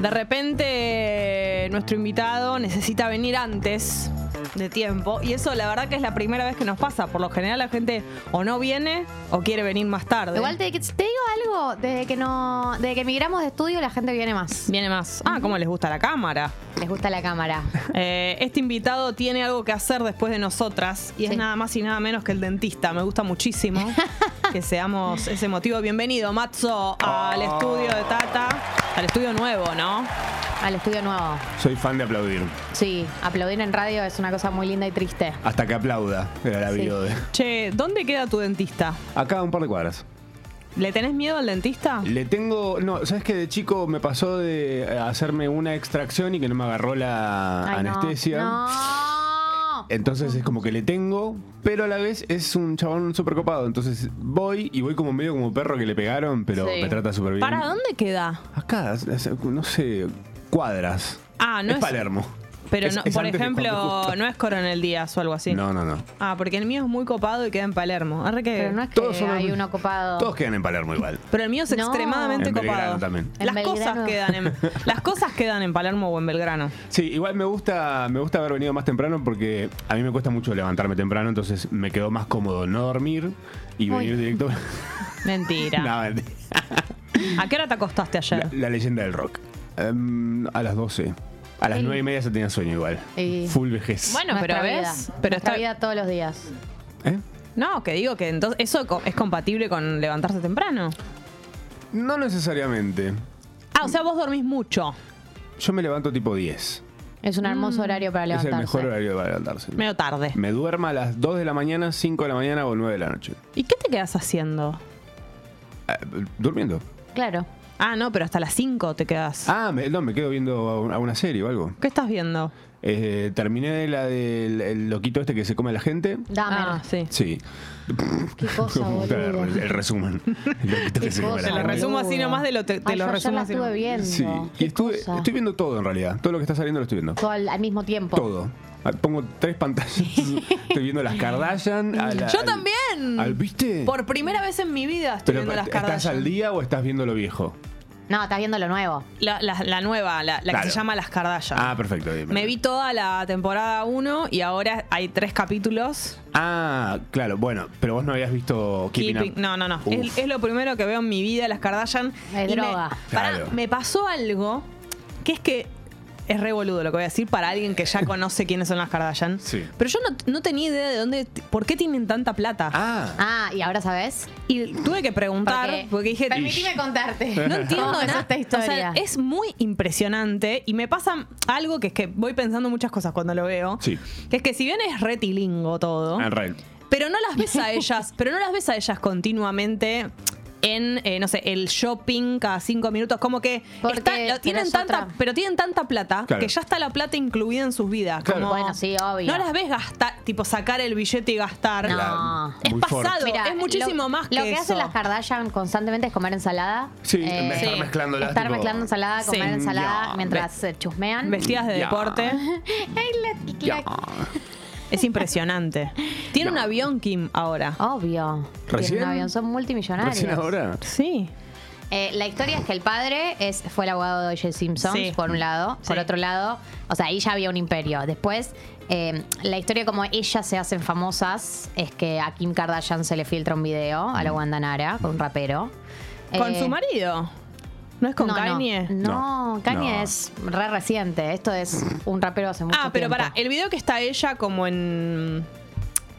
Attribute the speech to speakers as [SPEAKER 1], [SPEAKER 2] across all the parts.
[SPEAKER 1] De repente nuestro invitado necesita venir antes de tiempo y eso la verdad que es la primera vez que nos pasa. Por lo general la gente o no viene o quiere venir más tarde.
[SPEAKER 2] Igual te, te digo algo, desde que no, desde que migramos de estudio la gente viene más.
[SPEAKER 1] Viene más. Ah, cómo les gusta la cámara.
[SPEAKER 2] Les gusta la cámara.
[SPEAKER 1] Eh, este invitado tiene algo que hacer después de nosotras y es
[SPEAKER 2] Sí.
[SPEAKER 1] nada más y nada menos que el dentista. Me gusta muchísimo que seamos ese motivo. Bienvenido, Matzo, al estudio de Tata, al estudio nuevo, ¿no?
[SPEAKER 2] Al estudio nuevo.
[SPEAKER 3] Soy fan de aplaudir.
[SPEAKER 2] Sí, aplaudir en radio es una cosa muy linda y triste.
[SPEAKER 3] Hasta que aplauda. Era la
[SPEAKER 2] Sí.
[SPEAKER 3] video de.
[SPEAKER 1] Che, ¿dónde queda tu dentista?
[SPEAKER 3] Acá un par de cuadras.
[SPEAKER 1] ¿Le tenés miedo al dentista?
[SPEAKER 3] Le tengo. No, ¿sabes que De chico me pasó de eh, hacerme una extracción y que no me agarró la
[SPEAKER 2] Ay, no.
[SPEAKER 3] Ah, anestesia.
[SPEAKER 2] No.
[SPEAKER 3] Entonces es como que le tengo, pero a la vez es un chabón súper copado. Entonces voy y voy como medio como perro que le pegaron, pero
[SPEAKER 2] Sí.
[SPEAKER 3] me trata súper bien.
[SPEAKER 1] ¿Para dónde queda?
[SPEAKER 3] Acá, es- es- no sé, cuadras.
[SPEAKER 1] Ah, no es-
[SPEAKER 3] Palermo.
[SPEAKER 1] Pero
[SPEAKER 3] Es-
[SPEAKER 1] no,
[SPEAKER 3] es
[SPEAKER 1] por
[SPEAKER 3] antes de Juan
[SPEAKER 1] ejemplo,
[SPEAKER 3] Justa.
[SPEAKER 1] no es Coronel Díaz o algo así.
[SPEAKER 3] No, no, no.
[SPEAKER 1] Ah, porque el mío es muy copado y queda en Palermo. Arre que-
[SPEAKER 2] Pero no es que
[SPEAKER 3] Todos son-
[SPEAKER 2] hay uno copado.
[SPEAKER 3] Todos quedan en Palermo igual.
[SPEAKER 1] Pero el mío es
[SPEAKER 2] No.
[SPEAKER 1] extremadamente
[SPEAKER 3] En Belgrano
[SPEAKER 1] copado.
[SPEAKER 3] también.
[SPEAKER 2] En
[SPEAKER 1] Las
[SPEAKER 2] Belgrano.
[SPEAKER 1] cosas quedan en las cosas quedan en Palermo o en Belgrano.
[SPEAKER 3] Sí, igual me gusta, me gusta haber venido más temprano porque a mí me cuesta mucho levantarme temprano, entonces me quedó más cómodo no dormir y
[SPEAKER 2] Uy.
[SPEAKER 3] venir directo.
[SPEAKER 1] Mentira.
[SPEAKER 3] No, mentira.
[SPEAKER 1] ¿A qué hora te acostaste ayer?
[SPEAKER 3] la, la leyenda del rock. Em, a las 12. A las
[SPEAKER 2] El-
[SPEAKER 3] 9 y media se tenía sueño igual.
[SPEAKER 2] Y-
[SPEAKER 3] Full vejez.
[SPEAKER 1] Bueno,
[SPEAKER 2] Nuestra
[SPEAKER 1] pero
[SPEAKER 2] vida.
[SPEAKER 1] ves, pero
[SPEAKER 2] Nuestra
[SPEAKER 1] está-
[SPEAKER 2] vida todos los días.
[SPEAKER 3] ¿Eh?
[SPEAKER 1] No, que digo que entonces eso co- es compatible con levantarse temprano.
[SPEAKER 3] No necesariamente.
[SPEAKER 1] Ah, o sea, vos dormís mucho.
[SPEAKER 3] Yo me levanto tipo 10.
[SPEAKER 2] Es un hermoso horario para
[SPEAKER 3] Mm. Es
[SPEAKER 2] levantarse.
[SPEAKER 3] el mejor horario para levantarse.
[SPEAKER 1] Medio tarde.
[SPEAKER 3] Me duermo a las 2 de la mañana, 5 de la mañana o 9 de la noche.
[SPEAKER 1] ¿Y qué te quedas haciendo?
[SPEAKER 3] Eh, durmiendo.
[SPEAKER 2] Claro.
[SPEAKER 1] Ah, no, pero hasta las 5 te quedas.
[SPEAKER 3] Ah, me- no, me quedo viendo a un- a una serie o algo.
[SPEAKER 1] ¿Qué estás viendo?
[SPEAKER 3] Eh, terminé de la del el loquito este que se come a la gente.
[SPEAKER 2] Dahmer.
[SPEAKER 1] Ah, sí.
[SPEAKER 3] Sí.
[SPEAKER 2] Qué cosa, boludo.
[SPEAKER 3] el, resumen. El loquito
[SPEAKER 2] Qué
[SPEAKER 3] que se come a
[SPEAKER 2] cosa,
[SPEAKER 3] la
[SPEAKER 1] Te lo
[SPEAKER 3] gente.
[SPEAKER 1] resumo así nomás de lo- te- te
[SPEAKER 2] Ay,
[SPEAKER 1] lo
[SPEAKER 2] yo ayer
[SPEAKER 1] resumo
[SPEAKER 2] la
[SPEAKER 1] así
[SPEAKER 2] estuve
[SPEAKER 1] nomás.
[SPEAKER 2] viendo.
[SPEAKER 3] Sí.
[SPEAKER 2] Qué
[SPEAKER 3] Y estuve,
[SPEAKER 2] cosa.
[SPEAKER 3] estoy viendo todo en realidad. Todo lo que está saliendo lo estoy viendo.
[SPEAKER 2] Todo al, al mismo tiempo.
[SPEAKER 3] Todo. Ah, Pongo tres pantallas. estoy viendo las Kardashian. a la-
[SPEAKER 1] Yo
[SPEAKER 3] al-
[SPEAKER 1] también.
[SPEAKER 3] al- ¿Viste?
[SPEAKER 1] Por primera vez en mi vida estoy
[SPEAKER 3] Pero,
[SPEAKER 1] viendo las
[SPEAKER 3] ¿Estás
[SPEAKER 1] Kardashian.
[SPEAKER 3] al día o estás viendo lo viejo?
[SPEAKER 2] No, estás viendo lo nuevo.
[SPEAKER 1] La, la- la nueva, la, la que
[SPEAKER 3] Claro.
[SPEAKER 1] se llama Las Kardashian.
[SPEAKER 3] Ah, perfecto. bien,
[SPEAKER 1] Me
[SPEAKER 3] bien.
[SPEAKER 1] vi toda la temporada 1 y ahora hay tres capítulos.
[SPEAKER 3] Ah, claro. Bueno, pero vos no habías visto Keeping,
[SPEAKER 1] Keeping-
[SPEAKER 3] Up.
[SPEAKER 1] No, no, no.
[SPEAKER 3] Uf.
[SPEAKER 1] Es, es lo primero que veo en mi vida, las Kardashian.
[SPEAKER 2] Es
[SPEAKER 1] Y me-
[SPEAKER 2] droga.
[SPEAKER 1] pará,
[SPEAKER 3] Claro.
[SPEAKER 1] me pasó algo que es que es re boludo lo que voy a decir para alguien que ya conoce quiénes son las Kardashian.
[SPEAKER 3] Sí.
[SPEAKER 1] Pero yo no, no tenía idea de dónde, por qué tienen tanta plata.
[SPEAKER 3] Ah.
[SPEAKER 2] Ah, ¿y ahora sabes?
[SPEAKER 1] Y tuve que preguntar porque,
[SPEAKER 2] Porque-
[SPEAKER 1] dije,
[SPEAKER 2] Permitime contarte.
[SPEAKER 1] No entiendo
[SPEAKER 2] ¿Cómo es
[SPEAKER 1] nada.
[SPEAKER 2] esta historia.
[SPEAKER 1] O sea, es muy impresionante y me pasa algo que es que voy pensando muchas cosas cuando lo veo.
[SPEAKER 3] Sí. Ah,
[SPEAKER 1] Que es que si bien es retilingo todo,
[SPEAKER 3] En realidad.
[SPEAKER 1] pero no las ves a ellas, pero no las ves a ellas continuamente en, eh, no sé, el shopping cada cinco minutos. Como que
[SPEAKER 2] Porque-
[SPEAKER 1] está- lo-
[SPEAKER 2] pero
[SPEAKER 1] tienen
[SPEAKER 2] es
[SPEAKER 1] tanta,
[SPEAKER 2] otra.
[SPEAKER 1] pero tienen tanta plata
[SPEAKER 3] Claro.
[SPEAKER 1] que ya está la plata incluida en sus vidas.
[SPEAKER 3] Claro.
[SPEAKER 1] Como-
[SPEAKER 2] Bueno, sí, obvio.
[SPEAKER 1] No las ves gastar, tipo sacar el billete y gastar.
[SPEAKER 2] No.
[SPEAKER 1] Es
[SPEAKER 3] muy fuerte.
[SPEAKER 1] pasado. es muchísimo
[SPEAKER 2] lo,
[SPEAKER 1] más que
[SPEAKER 2] Lo que
[SPEAKER 1] eso.
[SPEAKER 2] hacen las Kardashian constantemente es comer ensalada. Eh,
[SPEAKER 3] Sí, estar
[SPEAKER 1] sí.
[SPEAKER 3] mezclándolas,
[SPEAKER 2] Estar
[SPEAKER 3] tipo-
[SPEAKER 2] mezclando ensalada, comer
[SPEAKER 1] Sí.
[SPEAKER 2] ensalada
[SPEAKER 3] Ya.
[SPEAKER 2] mientras se chusmean.
[SPEAKER 1] Vestidas de
[SPEAKER 3] Ya.
[SPEAKER 1] deporte.
[SPEAKER 2] Ay, la- la-
[SPEAKER 1] Es impresionante. Tiene un avión Kim ahora.
[SPEAKER 2] Obvio.
[SPEAKER 3] ¿Recién?
[SPEAKER 2] Tienen un avión, son multimillonarios.
[SPEAKER 3] ¿Recién ahora?
[SPEAKER 1] Sí.
[SPEAKER 2] Eh, la historia es que el padre es, fue el abogado de O.J. Simpson,
[SPEAKER 1] Sí.
[SPEAKER 2] por un lado. Por
[SPEAKER 1] Sí.
[SPEAKER 2] otro lado, o sea, ahí ya había un imperio. Después, eh, la historia como ellas se hacen famosas es que a Kim Kardashian se le filtra un video a la Wanda Nara con un rapero.
[SPEAKER 1] Con
[SPEAKER 2] Eh,
[SPEAKER 1] su marido. No es con
[SPEAKER 2] no, no.
[SPEAKER 1] Kanye.
[SPEAKER 2] No,
[SPEAKER 3] No.
[SPEAKER 2] Kanye
[SPEAKER 3] No.
[SPEAKER 2] es re reciente. Esto es un rapero hace mucho
[SPEAKER 1] Ah, pero
[SPEAKER 2] tiempo.
[SPEAKER 1] pará, el video que está ella como en.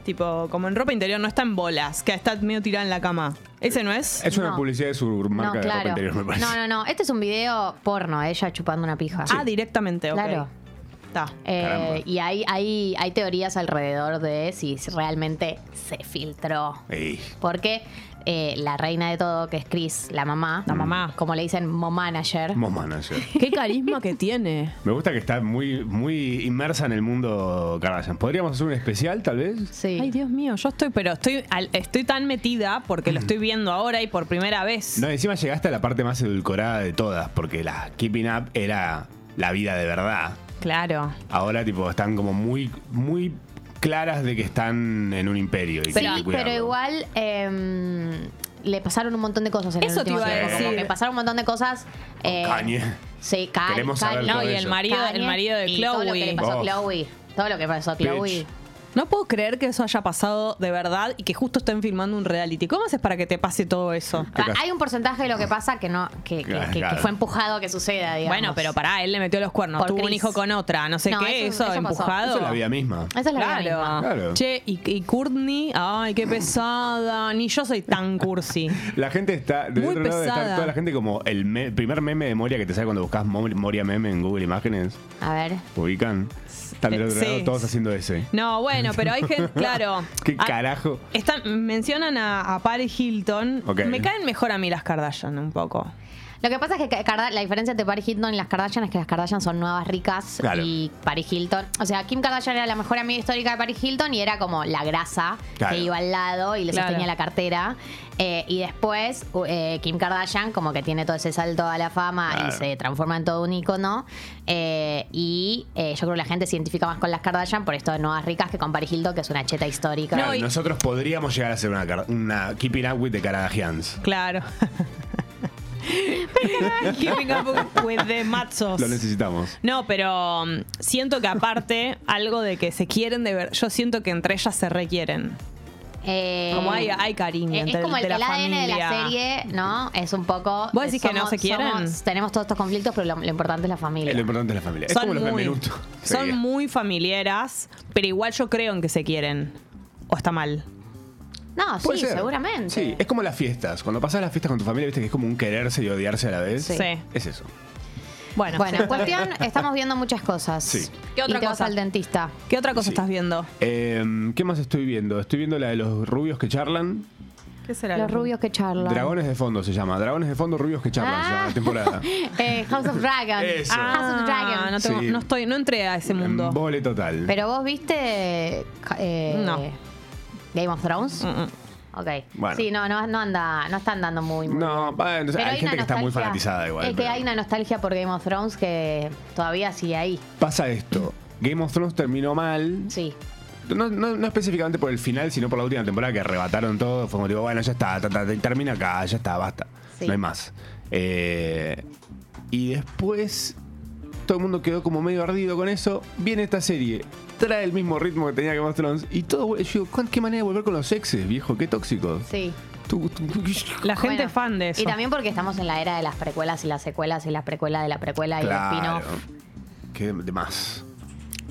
[SPEAKER 1] Tipo, como en ropa interior, no está en bolas, que está medio tirada en la cama. ¿Ese no es?
[SPEAKER 3] Es una
[SPEAKER 2] No.
[SPEAKER 3] publicidad de su
[SPEAKER 2] no,
[SPEAKER 3] marca de ropa
[SPEAKER 2] claro.
[SPEAKER 3] interior, me parece.
[SPEAKER 2] no, no, no. Este es un video porno, ella chupando una pija.
[SPEAKER 1] Ah, directamente, ok.
[SPEAKER 2] Claro.
[SPEAKER 1] Está.
[SPEAKER 2] Eh,
[SPEAKER 3] Caramba.
[SPEAKER 2] y hay, hay, hay teorías alrededor de si realmente se filtró.
[SPEAKER 3] Ey.
[SPEAKER 2] Porque eh, la reina de todo, que es Chris, la mamá,
[SPEAKER 1] La mamá.
[SPEAKER 2] como le dicen, mom manager,
[SPEAKER 3] Mos manager.
[SPEAKER 1] Qué carisma que tiene.
[SPEAKER 3] Me gusta que está muy, muy inmersa en el mundo Kardashian. ¿Podríamos hacer un especial, tal vez?
[SPEAKER 2] sí.
[SPEAKER 1] Ay, Dios mío, yo estoy, pero estoy, al- estoy tan metida porque lo estoy viendo ahora y por primera vez.
[SPEAKER 3] No, encima llegaste a la parte más edulcorada de todas, porque la Keeping Up era la vida de verdad.
[SPEAKER 1] Claro.
[SPEAKER 3] Ahora, tipo, están como muy, muy claras de que están en un imperio. Y que
[SPEAKER 2] Sí,
[SPEAKER 3] hay que
[SPEAKER 2] pero
[SPEAKER 3] cuidarlo.
[SPEAKER 2] igual em, le pasaron un montón de cosas en el
[SPEAKER 1] Eso te
[SPEAKER 2] último
[SPEAKER 1] iba a
[SPEAKER 2] tiempo, como
[SPEAKER 1] decir.
[SPEAKER 2] que pasaron un montón de cosas. eh,
[SPEAKER 3] Kanye.
[SPEAKER 2] Sí, Kanye.
[SPEAKER 3] Queremos saber
[SPEAKER 2] Kanye.
[SPEAKER 1] No, y
[SPEAKER 3] todo
[SPEAKER 1] el
[SPEAKER 3] eso.
[SPEAKER 1] marido, el marido de
[SPEAKER 2] Y Todo lo que
[SPEAKER 1] Chloe.
[SPEAKER 2] le pasó a
[SPEAKER 3] Oh.
[SPEAKER 2] Chloe. Todo lo que pasó a Chloe.
[SPEAKER 3] Bitch.
[SPEAKER 1] No puedo creer que eso haya pasado de verdad y que justo estén filmando un reality. ¿Cómo haces para que te pase todo eso?
[SPEAKER 2] Va,
[SPEAKER 3] Qué cas-
[SPEAKER 2] Ah, Hay un porcentaje de lo que pasa que no que, que-
[SPEAKER 3] Claro,
[SPEAKER 2] que- que
[SPEAKER 3] claro.
[SPEAKER 2] fue empujado a que suceda, digamos.
[SPEAKER 1] Bueno, pero pará, él le metió los cuernos,
[SPEAKER 2] Por
[SPEAKER 1] tuvo un
[SPEAKER 2] Chris.
[SPEAKER 1] hijo con otra, no sé
[SPEAKER 2] No,
[SPEAKER 1] qué,
[SPEAKER 2] eso-
[SPEAKER 1] eso,
[SPEAKER 2] eso pasó.
[SPEAKER 1] empujado.
[SPEAKER 3] Eso es la vida misma.
[SPEAKER 2] Esa es la vida
[SPEAKER 1] Claro.
[SPEAKER 2] misma.
[SPEAKER 3] Claro.
[SPEAKER 1] Che, y, y Courtney, ay, qué pesada. Ni yo soy tan cursi.
[SPEAKER 3] La gente está, de
[SPEAKER 1] Muy
[SPEAKER 3] otro lado está
[SPEAKER 1] pesada.
[SPEAKER 3] toda la gente como el me- primer meme de Moria que te sale cuando buscas Mo- Moria meme en Google Imágenes,
[SPEAKER 2] A ver.
[SPEAKER 3] ubican. Están del
[SPEAKER 1] Eh,
[SPEAKER 3] otro lado
[SPEAKER 1] sí.
[SPEAKER 3] todos haciendo ese.
[SPEAKER 1] No, bueno, pero hay gente, claro.
[SPEAKER 3] ¿Qué
[SPEAKER 1] Ah,
[SPEAKER 3] carajo?
[SPEAKER 1] están- mencionan a, a Paris Hilton.
[SPEAKER 3] Ok.
[SPEAKER 1] Me caen mejor a mí las Kardashian un poco.
[SPEAKER 2] Lo que pasa es que Karda- la diferencia entre Paris Hilton y las Kardashian es que las Kardashian son nuevas ricas
[SPEAKER 3] Claro.
[SPEAKER 2] y Paris Hilton. O sea, Kim Kardashian era la mejor amiga histórica de Paris Hilton y era como la grasa
[SPEAKER 3] Claro.
[SPEAKER 2] que iba al lado y le
[SPEAKER 1] Claro.
[SPEAKER 2] sostenía la cartera. Eh, y después u- eh, Kim Kardashian, como que tiene todo ese salto a la fama y
[SPEAKER 3] Claro.
[SPEAKER 2] se transforma en todo un icono. y eh, yo creo que la gente se identifica más con las Kardashian por esto de nuevas ricas que con Paris Hilton, que es una cheta histórica.
[SPEAKER 1] No, y-
[SPEAKER 3] Nosotros podríamos llegar a ser una, car- una Keeping Up with the Kardashians.
[SPEAKER 1] Claro. Keeping up with the matzos.
[SPEAKER 3] Lo necesitamos.
[SPEAKER 1] No, pero um, siento que aparte, algo de que se quieren de ver. Yo siento que entre ellas se requieren.
[SPEAKER 2] Eh,
[SPEAKER 1] Como hay- hay cariño
[SPEAKER 2] Es, es
[SPEAKER 1] entre-
[SPEAKER 2] como el,
[SPEAKER 1] de la
[SPEAKER 2] el ADN de
[SPEAKER 1] familia.
[SPEAKER 2] la serie, ¿no? Es un poco.
[SPEAKER 1] ¿Vos decís
[SPEAKER 2] eh,
[SPEAKER 1] que no se quieren?
[SPEAKER 2] tenemos todos estos conflictos, pero lo, lo importante es la familia.
[SPEAKER 3] Eh, Lo importante es la familia. es como los Benvenuto.
[SPEAKER 1] son
[SPEAKER 3] Sería.
[SPEAKER 1] muy familiares, pero igual yo creo en que se quieren. O está mal.
[SPEAKER 2] No,
[SPEAKER 3] Puede
[SPEAKER 2] sí,
[SPEAKER 3] ser.
[SPEAKER 2] seguramente.
[SPEAKER 3] Sí, es como las fiestas. Cuando pasas las fiestas con tu familia, viste que es como un quererse y odiarse a la vez.
[SPEAKER 1] Sí. Sí.
[SPEAKER 3] Es eso.
[SPEAKER 1] Bueno,
[SPEAKER 2] Bueno, en cuestión, estamos viendo muchas cosas.
[SPEAKER 3] Sí.
[SPEAKER 1] ¿Qué otra
[SPEAKER 2] y te vas
[SPEAKER 1] cosa?
[SPEAKER 2] al dentista.
[SPEAKER 1] ¿qué otra cosa
[SPEAKER 3] Sí.
[SPEAKER 1] estás viendo?
[SPEAKER 3] Em, ¿Qué más estoy viendo? Estoy viendo la de los rubios que charlan.
[SPEAKER 1] ¿Qué será?
[SPEAKER 2] Los rubios que charlan.
[SPEAKER 3] Dragones de fondo se llama. Dragones de fondo, rubios que charlan. Se llama
[SPEAKER 2] Ah.
[SPEAKER 3] la temporada.
[SPEAKER 2] Eh, House of Dragon.
[SPEAKER 3] Eso.
[SPEAKER 2] House of
[SPEAKER 1] Ah,
[SPEAKER 2] Dragon.
[SPEAKER 1] no, tengo-
[SPEAKER 3] Sí.
[SPEAKER 1] no estoy, no entré a ese mundo.
[SPEAKER 3] Em, Vole total.
[SPEAKER 2] Pero vos viste. eh,
[SPEAKER 1] No.
[SPEAKER 2] Game of Thrones.
[SPEAKER 1] Mm, mm.
[SPEAKER 2] Ok.
[SPEAKER 3] Bueno.
[SPEAKER 2] Sí, no, no, no anda, no está andando muy, muy
[SPEAKER 3] no, bueno,
[SPEAKER 2] Pero
[SPEAKER 3] hay, gente que
[SPEAKER 2] una
[SPEAKER 3] está muy
[SPEAKER 2] nostalgia.
[SPEAKER 3] fanatizada igual.
[SPEAKER 2] Es que
[SPEAKER 3] pero-
[SPEAKER 2] hay una nostalgia por Game of Thrones que todavía sigue ahí.
[SPEAKER 3] Pasa esto. Game of Thrones terminó mal.
[SPEAKER 2] Sí.
[SPEAKER 3] No, no- no específicamente por el final, sino por la última temporada que arrebataron todo. Fue como digo, bueno, ya está, ta, ta, ta, termina acá, ya está, basta.
[SPEAKER 2] Sí.
[SPEAKER 3] No hay más. Eh, y después todo el mundo quedó como medio ardido con eso. Viene esta serie, trae el mismo ritmo que tenía Game of Thrones. Y todo, vuel- yo digo, "¿Cuán- ¿qué manera de volver con los exes, viejo? Qué tóxico.
[SPEAKER 2] Sí.
[SPEAKER 3] Tú- tú- tú-
[SPEAKER 1] La gente
[SPEAKER 2] Bueno,
[SPEAKER 1] es fan de eso.
[SPEAKER 2] Y también porque estamos en la era de las precuelas y las secuelas y las precuelas de la precuela y el
[SPEAKER 3] Claro.
[SPEAKER 2] spin-off.
[SPEAKER 3] Qué de- de más.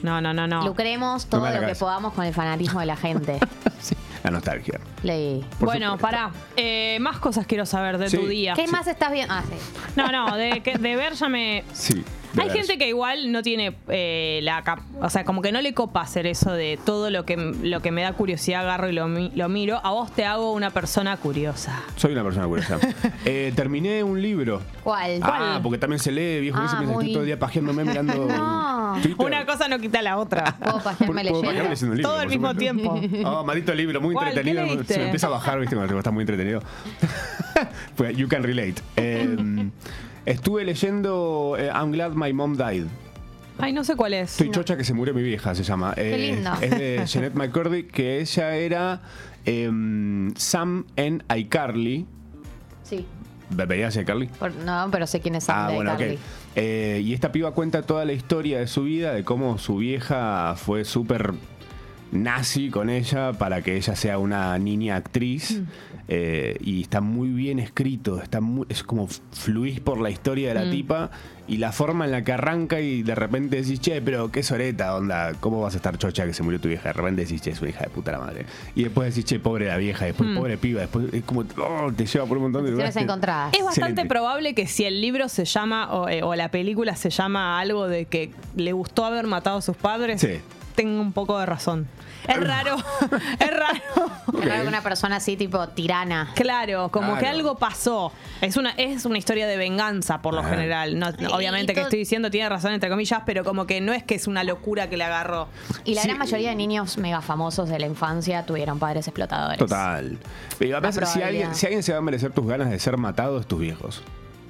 [SPEAKER 1] No, no, no, no.
[SPEAKER 2] Lucremos
[SPEAKER 3] Me
[SPEAKER 2] todo
[SPEAKER 3] da la
[SPEAKER 2] lo que
[SPEAKER 3] cabeza.
[SPEAKER 2] podamos con el fanatismo de la gente.
[SPEAKER 3] La nostalgia.
[SPEAKER 2] Leí.
[SPEAKER 3] Por
[SPEAKER 1] bueno,
[SPEAKER 3] supuesto.
[SPEAKER 1] pará. Eh, más cosas quiero saber de
[SPEAKER 3] Sí.
[SPEAKER 1] tu día.
[SPEAKER 2] ¿Qué
[SPEAKER 3] Sí.
[SPEAKER 2] más estás viendo? Ah, sí.
[SPEAKER 1] No, no, de, que- de ver ya me.
[SPEAKER 3] Sí. de
[SPEAKER 1] Hay
[SPEAKER 3] verdad.
[SPEAKER 1] gente que igual no tiene eh, la cap- o sea, como que no le copa hacer eso de todo lo que, lo que me da curiosidad agarro y lo, mi- lo miro. A vos te hago una persona curiosa.
[SPEAKER 3] Soy una persona curiosa. Eh, terminé un libro.
[SPEAKER 2] ¿Cuál?
[SPEAKER 3] Ah, porque también se lee, viejo.
[SPEAKER 2] Ah,
[SPEAKER 3] eso me
[SPEAKER 2] muy-
[SPEAKER 3] estoy todo el día pajeándome mirando.
[SPEAKER 2] No.
[SPEAKER 3] Twitter.
[SPEAKER 1] Una cosa no quita la otra.
[SPEAKER 2] ¿Puedo pajearme
[SPEAKER 3] Puedo
[SPEAKER 2] leyendo?
[SPEAKER 3] pajearme leyendo un libro,
[SPEAKER 1] todo al
[SPEAKER 3] por
[SPEAKER 1] mismo
[SPEAKER 3] supuesto.
[SPEAKER 1] tiempo.
[SPEAKER 3] Oh, maldito libro, muy
[SPEAKER 1] ¿Cuál? ¿Qué
[SPEAKER 3] entretenido.
[SPEAKER 1] leíste?
[SPEAKER 3] Se me empieza a bajar, viste, cuando está muy entretenido. Pues you can relate. Eh, estuve leyendo eh, I'm Glad My Mom Died.
[SPEAKER 1] Ay, no sé cuál es.
[SPEAKER 3] Estoy chocha que se murió mi vieja, se llama.
[SPEAKER 2] Qué
[SPEAKER 3] Eh,
[SPEAKER 2] lindo.
[SPEAKER 3] Es de Jeanette McCurdy, que ella era em, Sam en iCarly.
[SPEAKER 2] Sí.
[SPEAKER 3] ¿Veías iCarly?
[SPEAKER 2] Por- no, pero sé quién es
[SPEAKER 3] Ah,
[SPEAKER 2] Sandra
[SPEAKER 3] bueno,
[SPEAKER 2] y
[SPEAKER 3] ok.
[SPEAKER 2] Carly.
[SPEAKER 3] Eh, y esta piba cuenta toda la historia de su vida, de cómo su vieja fue súper nazi con ella para que ella sea una niña actriz. Eh, y está muy bien escrito, está muy- es como fluís por la historia de la tipa y la forma en la que arranca y de repente decís, che, pero qué soreta, onda, ¿cómo vas a estar chocha que se murió tu vieja? De repente decís, che, es una hija de puta la madre. Y después decís, che, pobre la vieja, después pobre piba, después es como, oh, te lleva por un montón de
[SPEAKER 2] Sensaciones
[SPEAKER 3] lugares. que-
[SPEAKER 2] encontradas.
[SPEAKER 1] Es bastante
[SPEAKER 3] Excelente.
[SPEAKER 1] probable que si el libro se llama o, eh, o la película se llama algo de que le gustó haber matado a sus padres,
[SPEAKER 3] Sí.
[SPEAKER 1] tenga un poco de razón. Es raro, es raro.
[SPEAKER 2] Es raro
[SPEAKER 3] Ok.
[SPEAKER 2] que una persona así, tipo tirana.
[SPEAKER 1] Claro, como
[SPEAKER 3] Claro.
[SPEAKER 1] que algo pasó. Es una, es una historia de venganza por lo
[SPEAKER 3] Ajá.
[SPEAKER 1] general. No,
[SPEAKER 2] Y-
[SPEAKER 1] obviamente
[SPEAKER 2] y
[SPEAKER 1] que
[SPEAKER 2] todo-
[SPEAKER 1] estoy diciendo tiene razón entre comillas, pero como que no es que es una locura que le agarró.
[SPEAKER 2] Y la
[SPEAKER 3] Sí.
[SPEAKER 2] gran mayoría de niños mega famosos de la infancia tuvieron padres explotadores.
[SPEAKER 3] Total. Pero además, si
[SPEAKER 2] probabilidad.
[SPEAKER 3] alguien, si alguien se va a merecer tus ganas de ser matado, es tus viejos.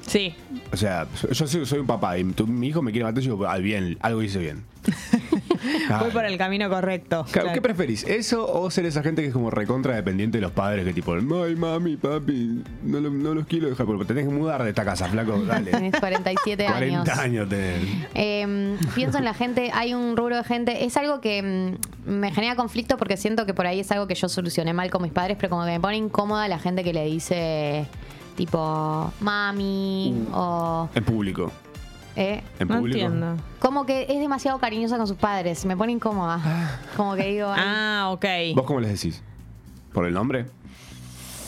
[SPEAKER 1] Sí.
[SPEAKER 3] O sea, yo soy, soy un papá y tu- mi hijo me quiere matar, yo digo, "Ah, bien, algo hice bien.
[SPEAKER 1] Voy por el camino correcto.
[SPEAKER 3] Ca-
[SPEAKER 1] Claro.
[SPEAKER 3] ¿Qué preferís? ¿Eso o ser esa gente que es como recontra dependiente de los padres? Que tipo, ay, mami, papi, no, lo- no los quiero dejar, porque tenés que mudar de esta casa, flaco, dale.
[SPEAKER 2] Tenés 47 años.
[SPEAKER 3] 40 años tenés.
[SPEAKER 2] Eh, pienso en la gente, hay un rubro de gente, es algo que mm, me genera conflicto porque siento que por ahí es algo que yo solucioné mal con mis padres, pero como que me pone incómoda la gente que le dice tipo mami
[SPEAKER 1] Mm.
[SPEAKER 2] o...
[SPEAKER 3] En público.
[SPEAKER 2] eh,
[SPEAKER 3] En
[SPEAKER 1] No
[SPEAKER 3] público.
[SPEAKER 1] entiendo.
[SPEAKER 2] como que es demasiado cariñosa con sus padres, me pone incómoda. Como que digo, ay,
[SPEAKER 1] Ah, ok.
[SPEAKER 3] ¿Vos cómo les decís? ¿Por el nombre?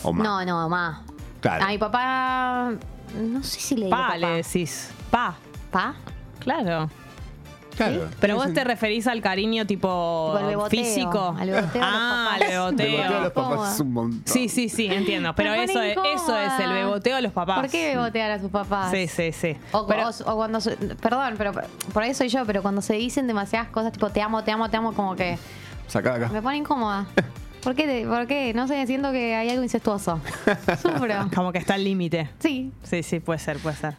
[SPEAKER 3] ¿O más?
[SPEAKER 2] no, no, mamá.
[SPEAKER 3] Claro.
[SPEAKER 2] A mi papá, no sé si le digo
[SPEAKER 1] Pa,
[SPEAKER 2] papá.
[SPEAKER 1] le decís. Pa.
[SPEAKER 2] ¿Pa?
[SPEAKER 1] Claro.
[SPEAKER 3] claro.
[SPEAKER 1] Pero vos te referís al cariño tipo,
[SPEAKER 2] Tipo al beboteo,
[SPEAKER 1] físico.
[SPEAKER 2] al beboteo de los
[SPEAKER 1] ah,
[SPEAKER 2] papás.
[SPEAKER 1] al beboteo.
[SPEAKER 3] Beboteo a los papás
[SPEAKER 2] Incómoda.
[SPEAKER 3] es un montón.
[SPEAKER 1] Sí, sí, sí, entiendo. Pero
[SPEAKER 2] Me pone
[SPEAKER 1] eso es, eso
[SPEAKER 2] incómoda.
[SPEAKER 1] es el beboteo de los papás.
[SPEAKER 2] ¿Por qué bebotear a sus papás?
[SPEAKER 1] Sí, sí, sí.
[SPEAKER 2] O,
[SPEAKER 1] Pero-
[SPEAKER 2] o- o cuando. se- perdón, pero por ahí soy yo, pero cuando se dicen demasiadas cosas tipo te amo, te amo, te amo, como que
[SPEAKER 3] Sacá de
[SPEAKER 2] me
[SPEAKER 3] acá.
[SPEAKER 2] pone incómoda. ¿Por qué? te- ¿Por qué? No sé, siento que hay algo incestuoso. Sufro.
[SPEAKER 1] Como que está el límite.
[SPEAKER 2] Sí.
[SPEAKER 1] Sí, sí, puede ser, puede ser.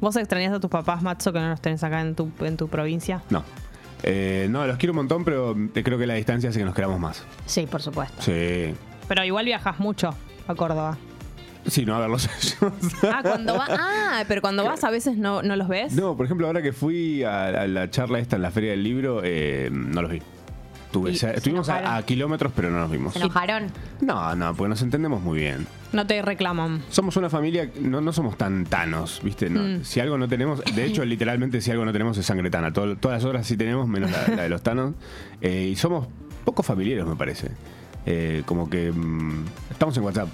[SPEAKER 1] ¿Vos extrañas a tus papás, Matzo, que no los tenés acá en tu, en tu provincia?
[SPEAKER 3] No. Eh, no, los quiero un montón, pero te creo que la distancia hace que nos queramos más.
[SPEAKER 2] Sí, por supuesto.
[SPEAKER 3] Sí.
[SPEAKER 1] Pero igual viajas mucho a Córdoba.
[SPEAKER 3] Sí, no, a ver los
[SPEAKER 1] Ah, cuando va, ah pero cuando vas a veces no, no los ves.
[SPEAKER 3] No, por ejemplo, ahora que fui a, a la charla esta en la Feria del Libro, eh, no los vi. Tuve
[SPEAKER 1] Y
[SPEAKER 3] ya-
[SPEAKER 1] se
[SPEAKER 3] estuvimos a,
[SPEAKER 1] enojaron.
[SPEAKER 3] a kilómetros, pero no nos vimos.
[SPEAKER 2] ¿Se enojaron?
[SPEAKER 3] No, no, porque nos entendemos muy bien.
[SPEAKER 1] No te reclaman.
[SPEAKER 3] Somos una familia, no, no somos tan tanos, ¿viste? No,
[SPEAKER 1] Mm.
[SPEAKER 3] Si algo no tenemos, de hecho, literalmente, si algo no tenemos es sangre tana. Todo- todas las otras sí tenemos, menos la, la de los tanos. Eh, y somos poco familiares, me parece. Eh, como que mm, estamos en WhatsApp.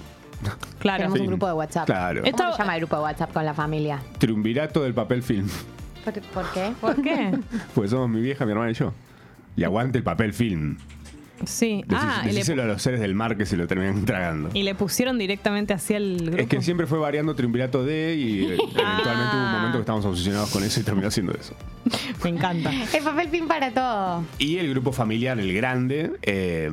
[SPEAKER 1] Claro.
[SPEAKER 2] Tenemos
[SPEAKER 3] Sí.
[SPEAKER 2] un grupo de WhatsApp.
[SPEAKER 3] Claro.
[SPEAKER 2] ¿Cómo
[SPEAKER 1] Esto-
[SPEAKER 2] se llama el grupo de WhatsApp con la familia?
[SPEAKER 3] Triunvirato del papel film.
[SPEAKER 2] ¿Por, por qué?
[SPEAKER 1] ¿Por qué?
[SPEAKER 3] Porque somos mi vieja, mi hermana y yo. Y aguante el papel film.
[SPEAKER 1] Sí.
[SPEAKER 3] Decí-
[SPEAKER 1] ah, y le,
[SPEAKER 3] decíselo a los seres del mar que se lo terminan tragando.
[SPEAKER 1] y le pusieron directamente hacia el grupo.
[SPEAKER 3] Es que siempre fue variando triunvirato de y eh, eventualmente hubo un
[SPEAKER 1] Ah.
[SPEAKER 3] momento que estábamos obsesionados con eso y terminó siendo eso.
[SPEAKER 1] Me encanta.
[SPEAKER 2] El papel pin para todo.
[SPEAKER 3] Y el grupo familiar, el grande, eh,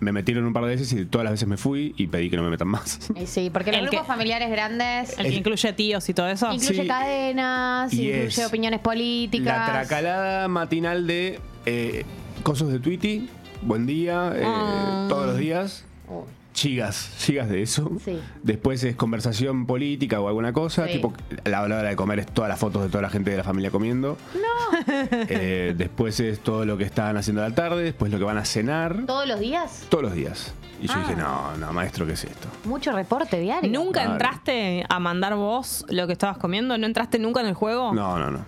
[SPEAKER 3] me metieron un par de veces y todas las veces me fui y pedí que no me metan más.
[SPEAKER 2] Y sí, porque los
[SPEAKER 1] El que-
[SPEAKER 2] grupos familiares grandes
[SPEAKER 1] El que incluye tíos y todo eso.
[SPEAKER 2] incluye
[SPEAKER 3] Sí.
[SPEAKER 2] cadenas,
[SPEAKER 3] Y
[SPEAKER 2] incluye
[SPEAKER 3] es
[SPEAKER 2] opiniones políticas.
[SPEAKER 3] La tracalada matinal de eh, cosas de Twitty, buen día, eh,
[SPEAKER 1] Ah.
[SPEAKER 3] todos los días.
[SPEAKER 2] Uy.
[SPEAKER 3] Chigas, chigas de eso.
[SPEAKER 2] Sí.
[SPEAKER 3] Después es conversación política o alguna cosa.
[SPEAKER 2] Sí.
[SPEAKER 3] Tipo, la hora de comer es todas las fotos de toda la gente de la familia comiendo. Eh, después es todo lo que están haciendo a la tarde. Después lo que van a cenar.
[SPEAKER 2] ¿Todos los días?
[SPEAKER 3] Todos los días. Y yo
[SPEAKER 2] Ah.
[SPEAKER 3] dije, no, no, maestro, ¿qué es esto?
[SPEAKER 2] Mucho reporte diario.
[SPEAKER 1] ¿Nunca
[SPEAKER 3] Claro.
[SPEAKER 1] entraste a mandar vos lo que estabas comiendo? ¿No entraste nunca en el juego?
[SPEAKER 3] No, no, no.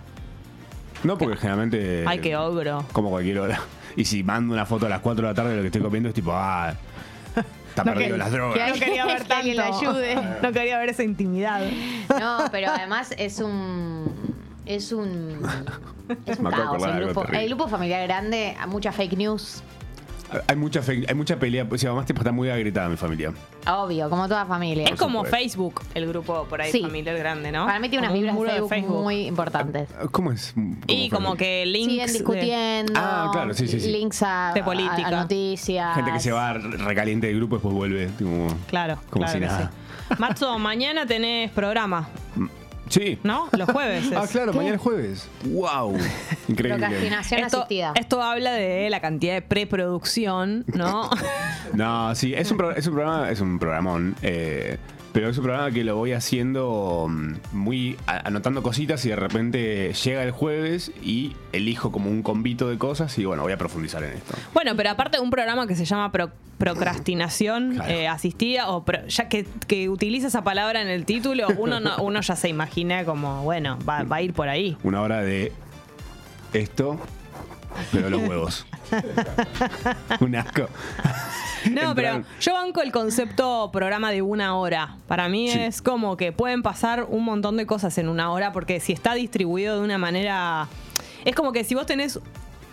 [SPEAKER 3] No, porque generalmente.
[SPEAKER 1] Oh. Ay, qué ogro.
[SPEAKER 3] Como cualquier hora. Y si mando una foto a las 4 de la tarde de lo que estoy comiendo, es tipo, ah, está perdido las drogas.
[SPEAKER 2] que hay- Que alguien la ayude.
[SPEAKER 1] No quería ver esa intimidad.
[SPEAKER 2] No, pero además es un. Es un. Es un
[SPEAKER 3] Me acabo de
[SPEAKER 2] caos.
[SPEAKER 3] acordar
[SPEAKER 2] El
[SPEAKER 3] de algo
[SPEAKER 2] grupo,
[SPEAKER 3] terrible.
[SPEAKER 2] el grupo familiar grande, a mucha fake news.
[SPEAKER 3] Hay mucha, fe- hay mucha pelea. O sea, además tipo, está muy agrietada mi familia.
[SPEAKER 2] Obvio, como toda familia.
[SPEAKER 1] Es como
[SPEAKER 3] supuesto.
[SPEAKER 1] Facebook, el grupo por ahí
[SPEAKER 2] Sí.
[SPEAKER 1] familiar grande, ¿no?
[SPEAKER 2] Para mí tiene unas
[SPEAKER 1] Como un
[SPEAKER 2] vibras
[SPEAKER 1] muro
[SPEAKER 2] Facebook, muy importantes.
[SPEAKER 3] ¿Cómo es? ¿Cómo
[SPEAKER 1] Y
[SPEAKER 3] fue?
[SPEAKER 1] como que links
[SPEAKER 2] Siguen
[SPEAKER 1] de-
[SPEAKER 2] discutiendo.
[SPEAKER 3] Ah, claro, sí, sí, sí.
[SPEAKER 2] Links a,
[SPEAKER 1] De política.
[SPEAKER 2] a- a noticias.
[SPEAKER 3] Gente que se va recaliente del grupo y después vuelve. Tipo,
[SPEAKER 1] Claro,
[SPEAKER 3] como
[SPEAKER 1] claro
[SPEAKER 3] si
[SPEAKER 1] que
[SPEAKER 3] nada.
[SPEAKER 1] sí. Matzo, mañana tenés programa,
[SPEAKER 3] Sí.
[SPEAKER 1] ¿no? Los jueves. es.
[SPEAKER 3] Ah, claro, mañana es jueves. ¡Wow! Increíble.
[SPEAKER 2] Procrastinación
[SPEAKER 1] Esto,
[SPEAKER 2] asistida.
[SPEAKER 1] esto habla de la cantidad de preproducción, ¿no?
[SPEAKER 3] No, sí, es un, pro- es un programa, es un programón, eh, pero es un programa que lo voy haciendo mm, muy a- anotando cositas y de repente llega el jueves y elijo como un convito de cosas y bueno, voy a profundizar en esto.
[SPEAKER 1] Bueno, pero aparte de un programa que se llama pro- procrastinación
[SPEAKER 3] Claro.
[SPEAKER 1] eh, asistida, o pro- ya que, que utiliza esa palabra en el título, uno, no- uno ya se imagina como, bueno, va, va a ir por ahí.
[SPEAKER 3] Una hora de esto, pero los huevos. un asco.
[SPEAKER 1] No, pero
[SPEAKER 3] En plan-
[SPEAKER 1] yo banco el concepto programa de una hora. Para mí
[SPEAKER 3] Sí.
[SPEAKER 1] es como que pueden pasar un montón de cosas en una hora, porque si está distribuido de una manera. Es como que si vos tenés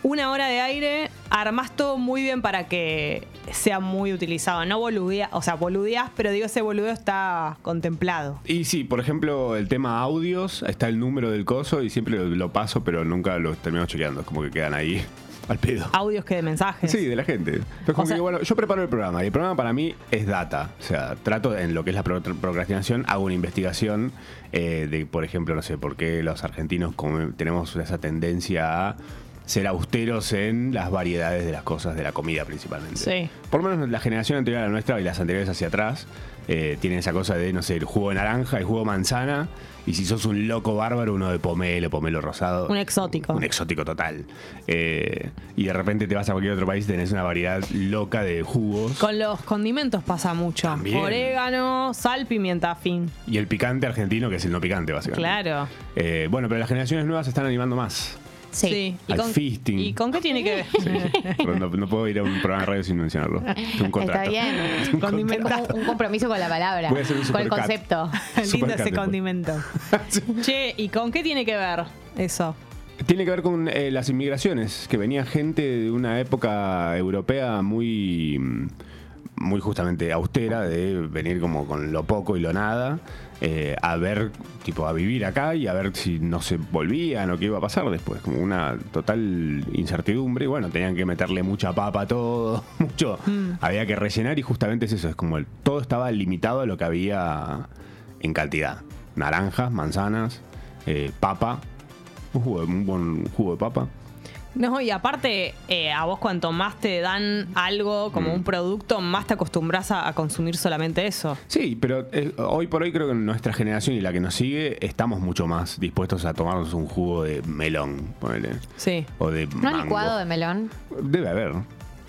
[SPEAKER 1] una hora de aire, armás todo muy bien para que sea muy utilizado. No boludeas, o sea, boludeas, pero digo, ese boludeo está contemplado.
[SPEAKER 3] Y sí, por ejemplo, el tema audios, está el número del coso y siempre lo, lo paso, pero nunca lo termino chequeando, es como que quedan ahí al pedo.
[SPEAKER 1] Audios que de mensajes.
[SPEAKER 3] Sí, de la gente. Entonces, como
[SPEAKER 1] O sea-
[SPEAKER 3] que, bueno, yo preparo el programa y el programa para mí es data. O sea, trato en lo que es la pro- procrastinación, hago una investigación eh, de, por ejemplo, no sé, por qué los argentinos come- tenemos esa tendencia a ser austeros en las variedades de las cosas, de la comida principalmente.
[SPEAKER 1] Sí.
[SPEAKER 3] Por lo menos la generación anterior a la nuestra y las anteriores hacia atrás eh, tienen esa cosa de, no sé, el jugo de naranja, el jugo de manzana, y si sos un loco bárbaro, uno de pomelo, pomelo rosado.
[SPEAKER 1] Un exótico.
[SPEAKER 3] Un exótico total. Eh, y de repente te vas a cualquier otro país y tenés una variedad loca de jugos.
[SPEAKER 1] Con los condimentos pasa mucho.
[SPEAKER 3] También.
[SPEAKER 1] Orégano, sal, pimienta, fin.
[SPEAKER 3] Y el picante argentino, que es el no picante, básicamente.
[SPEAKER 1] Claro.
[SPEAKER 3] Eh, bueno, pero las generaciones nuevas se están animando más.
[SPEAKER 2] Sí.
[SPEAKER 1] ¿Y,
[SPEAKER 3] Al
[SPEAKER 1] con,
[SPEAKER 3] fisting.
[SPEAKER 1] ¿Y con qué tiene que ver?
[SPEAKER 3] Pero no, no puedo ir a un programa de radio sin mencionarlo. Es Un
[SPEAKER 2] Está
[SPEAKER 3] contrato.
[SPEAKER 2] bien.
[SPEAKER 3] Un
[SPEAKER 1] Condimenta.
[SPEAKER 2] Un, un compromiso con la palabra,
[SPEAKER 3] Voy a hacer un
[SPEAKER 2] con el
[SPEAKER 3] supercat.
[SPEAKER 2] concepto.
[SPEAKER 1] Lindo
[SPEAKER 3] Supercat
[SPEAKER 1] ese
[SPEAKER 3] después.
[SPEAKER 1] condimento. Che, ¿y con qué tiene que ver eso?
[SPEAKER 3] Tiene que ver con eh, las inmigraciones, que venía gente de una época europea muy, mm, muy justamente austera, de venir como con lo poco y lo nada, eh, a ver, tipo, a vivir acá y a ver si no se volvían o qué iba a pasar después, como una total incertidumbre. Y bueno, tenían que meterle mucha papa a todo, mucho, había que rellenar y justamente es eso, es como el- todo estaba limitado a lo que había en cantidad. Naranjas, manzanas, eh, papa, un, jugo de- un buen jugo de papa.
[SPEAKER 1] No, y aparte, eh, a vos cuanto más te dan algo como un producto, más te acostumbras a, a consumir solamente eso.
[SPEAKER 3] Sí, pero eh, hoy por hoy creo que nuestra generación y la que nos sigue estamos mucho más dispuestos a tomarnos un jugo de melón, ponele.
[SPEAKER 1] Sí.
[SPEAKER 3] O de
[SPEAKER 2] ¿No
[SPEAKER 3] mango.
[SPEAKER 2] han licuado de melón?
[SPEAKER 3] Debe haber,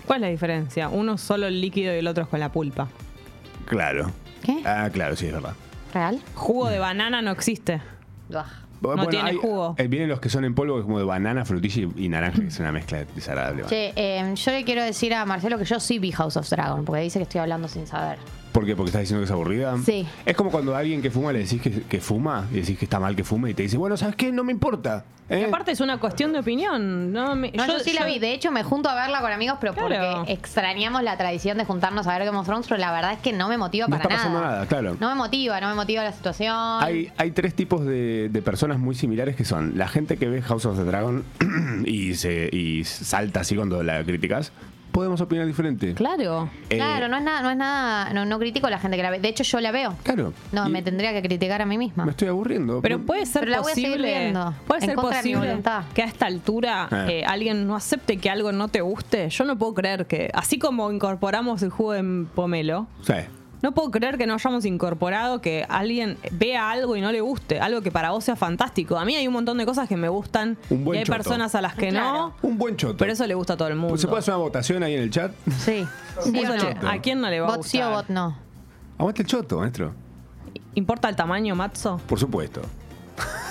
[SPEAKER 1] ¿Cuál es la diferencia? Uno es solo el líquido y el otro es con la pulpa.
[SPEAKER 3] claro.
[SPEAKER 2] ¿Qué?
[SPEAKER 3] Ah, claro, sí, es verdad.
[SPEAKER 2] ¿Real?
[SPEAKER 1] Jugo de banana no existe.
[SPEAKER 3] Ah.
[SPEAKER 2] Buah.
[SPEAKER 1] No tiene jugo.
[SPEAKER 3] eh, vienen los que son en polvo, que es como de banana, frutilla y, y naranja, que es una mezcla desagradable.
[SPEAKER 2] Che, eh, yo le quiero decir a Marcelo que yo sí vi House of Dragon, porque dice que estoy hablando sin saber.
[SPEAKER 3] ¿Por qué? Porque estás diciendo que es aburrida.
[SPEAKER 2] Sí.
[SPEAKER 3] Es como cuando a alguien que fuma le decís que, que fuma y decís que está mal que fume y te dice, bueno, ¿sabes qué? No me importa. ¿eh?
[SPEAKER 1] Y aparte es una cuestión de opinión. No, me-
[SPEAKER 2] No, yo, sí la vi. De hecho, me junto a verla con amigos, pero
[SPEAKER 1] Claro.
[SPEAKER 2] porque extrañamos la tradición de juntarnos a ver Game of Thrones, pero la verdad es que no me motiva
[SPEAKER 3] No
[SPEAKER 2] para
[SPEAKER 3] está pasando nada, claro.
[SPEAKER 2] No me motiva, no me motiva la situación.
[SPEAKER 3] Hay, hay tres tipos de, de personas muy similares que son la gente que ve House of the Dragon y se y salta así cuando la criticas. Podemos opinar diferente.
[SPEAKER 1] Claro.
[SPEAKER 3] Eh,
[SPEAKER 2] claro, no es nada, no es nada, no, no critico a la gente que la ve. De hecho, yo la veo.
[SPEAKER 3] Claro.
[SPEAKER 2] No,
[SPEAKER 3] Y
[SPEAKER 2] me tendría que criticar a mí misma.
[SPEAKER 3] Me estoy aburriendo.
[SPEAKER 1] Pero puede ser
[SPEAKER 2] Pero la voy a seguir
[SPEAKER 1] posible.
[SPEAKER 2] viendo,
[SPEAKER 1] Puede
[SPEAKER 2] en
[SPEAKER 1] ser
[SPEAKER 2] contra de mi
[SPEAKER 1] posible
[SPEAKER 2] voluntad.
[SPEAKER 1] que a esta altura
[SPEAKER 3] Eh.
[SPEAKER 1] eh, alguien no acepte que algo no te guste. Yo no puedo creer que, así como incorporamos el jugo de pomelo,
[SPEAKER 3] Sí.
[SPEAKER 1] no puedo creer que no hayamos incorporado que alguien vea algo y no le guste, algo que para vos sea fantástico. A mí hay un montón de cosas que me gustan
[SPEAKER 3] Un buen
[SPEAKER 1] y hay
[SPEAKER 3] choto.
[SPEAKER 1] personas a las que
[SPEAKER 2] Claro.
[SPEAKER 1] no,
[SPEAKER 3] Un buen choto. Pues
[SPEAKER 1] pero eso le gusta a todo el mundo.
[SPEAKER 3] ¿Se puede hacer una votación ahí en el chat?
[SPEAKER 2] Sí.
[SPEAKER 1] Un
[SPEAKER 2] Sí o
[SPEAKER 1] buen
[SPEAKER 2] no.
[SPEAKER 1] choto. ¿A quién no le va a
[SPEAKER 2] Bot sí o
[SPEAKER 1] gustar?
[SPEAKER 2] bot no.
[SPEAKER 3] Aguante el choto, maestro.
[SPEAKER 1] ¿Importa el tamaño, Matzo?
[SPEAKER 3] Por supuesto.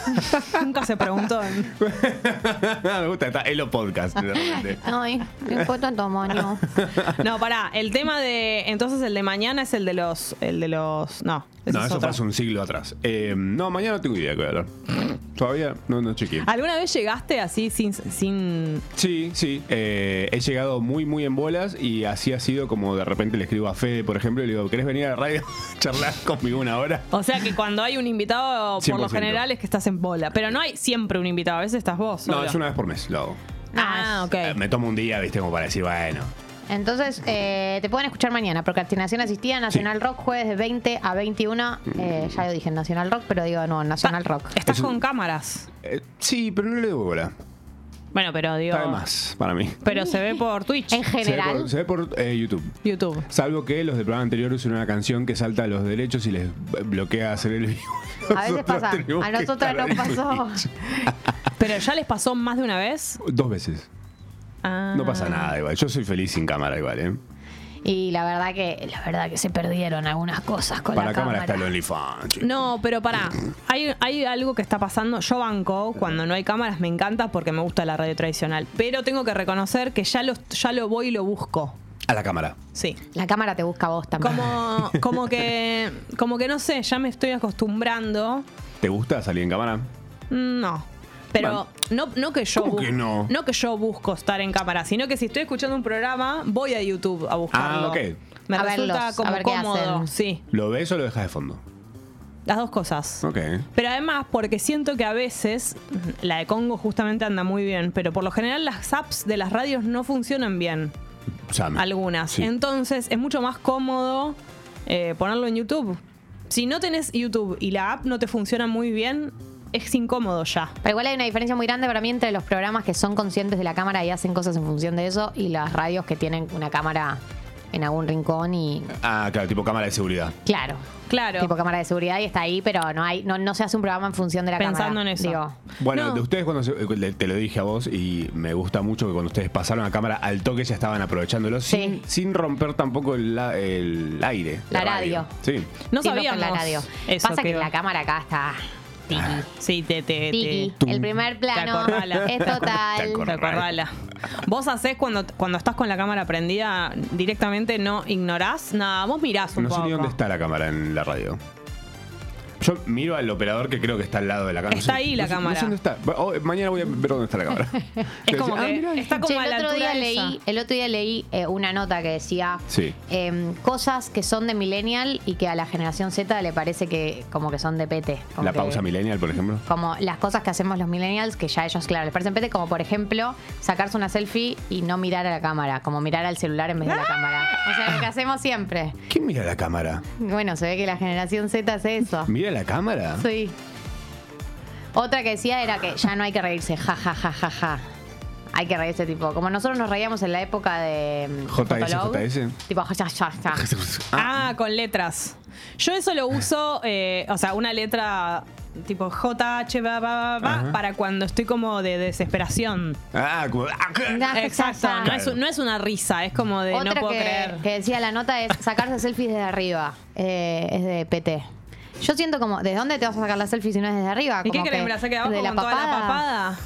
[SPEAKER 1] Nunca se preguntó.
[SPEAKER 3] Me gusta, está en los podcasts. de repente.
[SPEAKER 2] Ay, me importa tamaño.
[SPEAKER 1] No, pará. El tema de. Entonces el de mañana es el de los. El de los. No. ese
[SPEAKER 3] No,
[SPEAKER 1] es
[SPEAKER 3] eso
[SPEAKER 1] otro.
[SPEAKER 3] fue hace un siglo atrás. Eh, no, mañana no tengo idea de qué voy a hablar. Todavía no, no chequeé.
[SPEAKER 1] ¿Alguna vez llegaste así sin. sin...
[SPEAKER 3] Sí, sí. eh, he llegado muy, muy en bolas y así ha sido como de repente le escribo a Fede, por ejemplo, y le digo, ¿querés venir a la radio a charlar conmigo una hora?
[SPEAKER 1] O sea que cuando hay un invitado, por lo
[SPEAKER 3] 100%.
[SPEAKER 1] general es que estás en bola. Pero no hay siempre un invitado, a veces estás vos.
[SPEAKER 3] No,
[SPEAKER 1] solo.
[SPEAKER 3] es una vez por mes, lo hago.
[SPEAKER 1] Ah, ok.
[SPEAKER 3] Eh, Me tomo un día, viste, como para decir, bueno.
[SPEAKER 2] Entonces, eh, te pueden escuchar mañana, Procrastinación Asistida, Nacional Rock, jueves de 20 a 21. Eh, ya lo dije en Nacional Rock, pero digo, no, Nacional Rock.
[SPEAKER 1] Estás
[SPEAKER 3] Es un-
[SPEAKER 1] con cámaras.
[SPEAKER 3] eh, sí, pero no le doy bola.
[SPEAKER 1] Bueno, pero digo.
[SPEAKER 3] Está de más para mí.
[SPEAKER 1] Pero se ve por Twitch,
[SPEAKER 2] En
[SPEAKER 3] Se ve
[SPEAKER 2] general,
[SPEAKER 3] por, se ve por, eh, YouTube.
[SPEAKER 1] YouTube.
[SPEAKER 3] Salvo que los del programa anterior usan una canción que salta los derechos y les bloquea hacer el vivo.
[SPEAKER 2] A veces
[SPEAKER 3] Nosotros
[SPEAKER 2] pasa.
[SPEAKER 3] tenemos
[SPEAKER 2] A
[SPEAKER 3] que
[SPEAKER 2] nosotras
[SPEAKER 3] estar
[SPEAKER 2] nos
[SPEAKER 3] ahí en
[SPEAKER 2] pasó.
[SPEAKER 3] Twitch.
[SPEAKER 1] Pero ya les pasó más de una vez.
[SPEAKER 3] Dos veces.
[SPEAKER 1] Ah.
[SPEAKER 3] No pasa nada, igual. Yo soy feliz sin cámara, igual, ¿eh?
[SPEAKER 2] y la verdad que la verdad que se perdieron algunas cosas con
[SPEAKER 3] Para
[SPEAKER 2] la
[SPEAKER 3] cámara
[SPEAKER 2] cámara.
[SPEAKER 3] está el OnlyFans. chicos.
[SPEAKER 1] No, pero pará, hay, hay algo que está pasando. Yo banco, cuando no hay cámaras me encanta porque me gusta la radio tradicional. Pero tengo que reconocer que ya lo, ya lo voy y lo busco.
[SPEAKER 3] A la cámara.
[SPEAKER 1] Sí.
[SPEAKER 2] La cámara te busca a vos también.
[SPEAKER 1] Como, como que. Como que no sé, ya me estoy acostumbrando.
[SPEAKER 3] ¿Te gusta salir en cámara?
[SPEAKER 1] Mm, No. Pero no, no que yo
[SPEAKER 3] ¿Cómo que
[SPEAKER 1] bus-
[SPEAKER 3] no?
[SPEAKER 1] que yo busco estar en cámara, sino que si estoy escuchando un programa, voy a YouTube a buscarlo.
[SPEAKER 3] Ah, ok.
[SPEAKER 1] Me
[SPEAKER 2] A
[SPEAKER 1] resulta
[SPEAKER 2] verlos,
[SPEAKER 1] como
[SPEAKER 2] a ver qué
[SPEAKER 1] cómodo.
[SPEAKER 2] hacen.
[SPEAKER 1] Sí.
[SPEAKER 3] ¿Lo ves o lo dejas de fondo?
[SPEAKER 1] Las dos cosas.
[SPEAKER 3] Ok.
[SPEAKER 1] Pero además, porque siento que a veces, la de Congo justamente anda muy bien, pero por lo general las apps de las radios no funcionan bien,
[SPEAKER 3] O sea, me-
[SPEAKER 1] algunas.
[SPEAKER 3] Sí.
[SPEAKER 1] Entonces es mucho más cómodo eh, ponerlo en YouTube. Si no tenés YouTube y la app no te funciona muy bien, es incómodo ya.
[SPEAKER 2] Pero igual hay una diferencia muy grande para mí entre los programas que son conscientes de la cámara y hacen cosas en función de eso y las radios que tienen una cámara en algún rincón y
[SPEAKER 3] Ah, claro, tipo cámara de seguridad.
[SPEAKER 2] claro,
[SPEAKER 1] Claro.
[SPEAKER 2] tipo cámara de seguridad y está ahí, pero no hay no, no se hace un programa en función de la
[SPEAKER 1] Pensando
[SPEAKER 2] cámara.
[SPEAKER 1] en eso.
[SPEAKER 2] Digo,
[SPEAKER 3] Bueno,
[SPEAKER 1] No.
[SPEAKER 3] de ustedes cuando se- eh, le- te lo dije a vos y me gusta mucho que cuando ustedes pasaron a cámara al toque ya estaban aprovechándolo
[SPEAKER 2] Sí.
[SPEAKER 3] sin, sin romper tampoco el, la- el aire. de
[SPEAKER 2] La radio.
[SPEAKER 3] Sí.
[SPEAKER 1] no
[SPEAKER 2] sí, rompen
[SPEAKER 1] sabíamos
[SPEAKER 2] la radio.
[SPEAKER 1] eso,
[SPEAKER 2] Pasa que
[SPEAKER 1] creo.
[SPEAKER 2] la cámara acá está tiki,
[SPEAKER 1] Sí, te... te,
[SPEAKER 2] tiki.
[SPEAKER 1] te-
[SPEAKER 2] El primer plano
[SPEAKER 1] acorrala.
[SPEAKER 2] es
[SPEAKER 3] Te
[SPEAKER 2] total.
[SPEAKER 3] acor-
[SPEAKER 1] Te acorrala. Vos hacés cuando, cuando estás con la cámara prendida, directamente no ignorás nada, vos mirás un
[SPEAKER 3] No sé
[SPEAKER 1] poco.
[SPEAKER 3] ni dónde está la cámara en la radio. Yo miro al operador que creo que está al lado de la cámara.
[SPEAKER 1] Está
[SPEAKER 3] No sé-
[SPEAKER 1] ahí la
[SPEAKER 3] no sé-
[SPEAKER 1] cámara.
[SPEAKER 3] No sé dónde está. Bueno, oh, mañana voy a ver dónde está la cámara.
[SPEAKER 1] Es como
[SPEAKER 3] Ah,
[SPEAKER 1] que
[SPEAKER 3] mirá, ahí
[SPEAKER 1] está
[SPEAKER 2] Che,
[SPEAKER 1] como a
[SPEAKER 2] el,
[SPEAKER 1] la
[SPEAKER 2] otro
[SPEAKER 1] altura
[SPEAKER 2] día
[SPEAKER 1] de esa.
[SPEAKER 2] leí, el otro día leí eh, una nota que decía
[SPEAKER 3] Sí.
[SPEAKER 2] em, cosas que son de millennial y que a la generación Z le parece que como que son de pete. como
[SPEAKER 3] La
[SPEAKER 2] que-
[SPEAKER 3] pausa millennial, por ejemplo.
[SPEAKER 2] Como las cosas que hacemos los millennials, que ya ellos, claro, les parecen pete, como por ejemplo sacarse una selfie y no mirar a la cámara, como mirar al celular en vez de la cámara. O sea, lo que hacemos siempre.
[SPEAKER 3] ¿Quién mira la cámara?
[SPEAKER 2] Bueno, se ve que la generación Z hace eso.
[SPEAKER 3] ¿Mira la cámara?
[SPEAKER 2] Sí. Otra que decía era que ya no hay que reírse, ja, ja, ja, ja, ja. Hay que reírse, tipo, como nosotros nos reíamos en la época de mm,
[SPEAKER 3] JS,
[SPEAKER 2] Fotolog,
[SPEAKER 3] JS.
[SPEAKER 2] Tipo, ja, ja, ja.
[SPEAKER 1] Ah, con letras. Yo eso lo uso, eh, o sea, una letra tipo JH va, va, va, va,
[SPEAKER 3] Ajá.
[SPEAKER 1] para cuando estoy como de desesperación.
[SPEAKER 3] Ah, como- ah,
[SPEAKER 2] Ja, ja,
[SPEAKER 1] Exacto.
[SPEAKER 2] ja.
[SPEAKER 1] No, es, un- no es una risa, es como de
[SPEAKER 2] Otra
[SPEAKER 1] no puedo
[SPEAKER 2] que,
[SPEAKER 1] creer.
[SPEAKER 2] que decía la nota es sacarse selfies desde arriba. Eh, es de PT. Yo siento como, ¿de dónde te vas a sacar la selfie si no es desde arriba?
[SPEAKER 1] ¿Y qué
[SPEAKER 2] Como
[SPEAKER 1] querés? ¿Me la saque de abajo con toda la papada?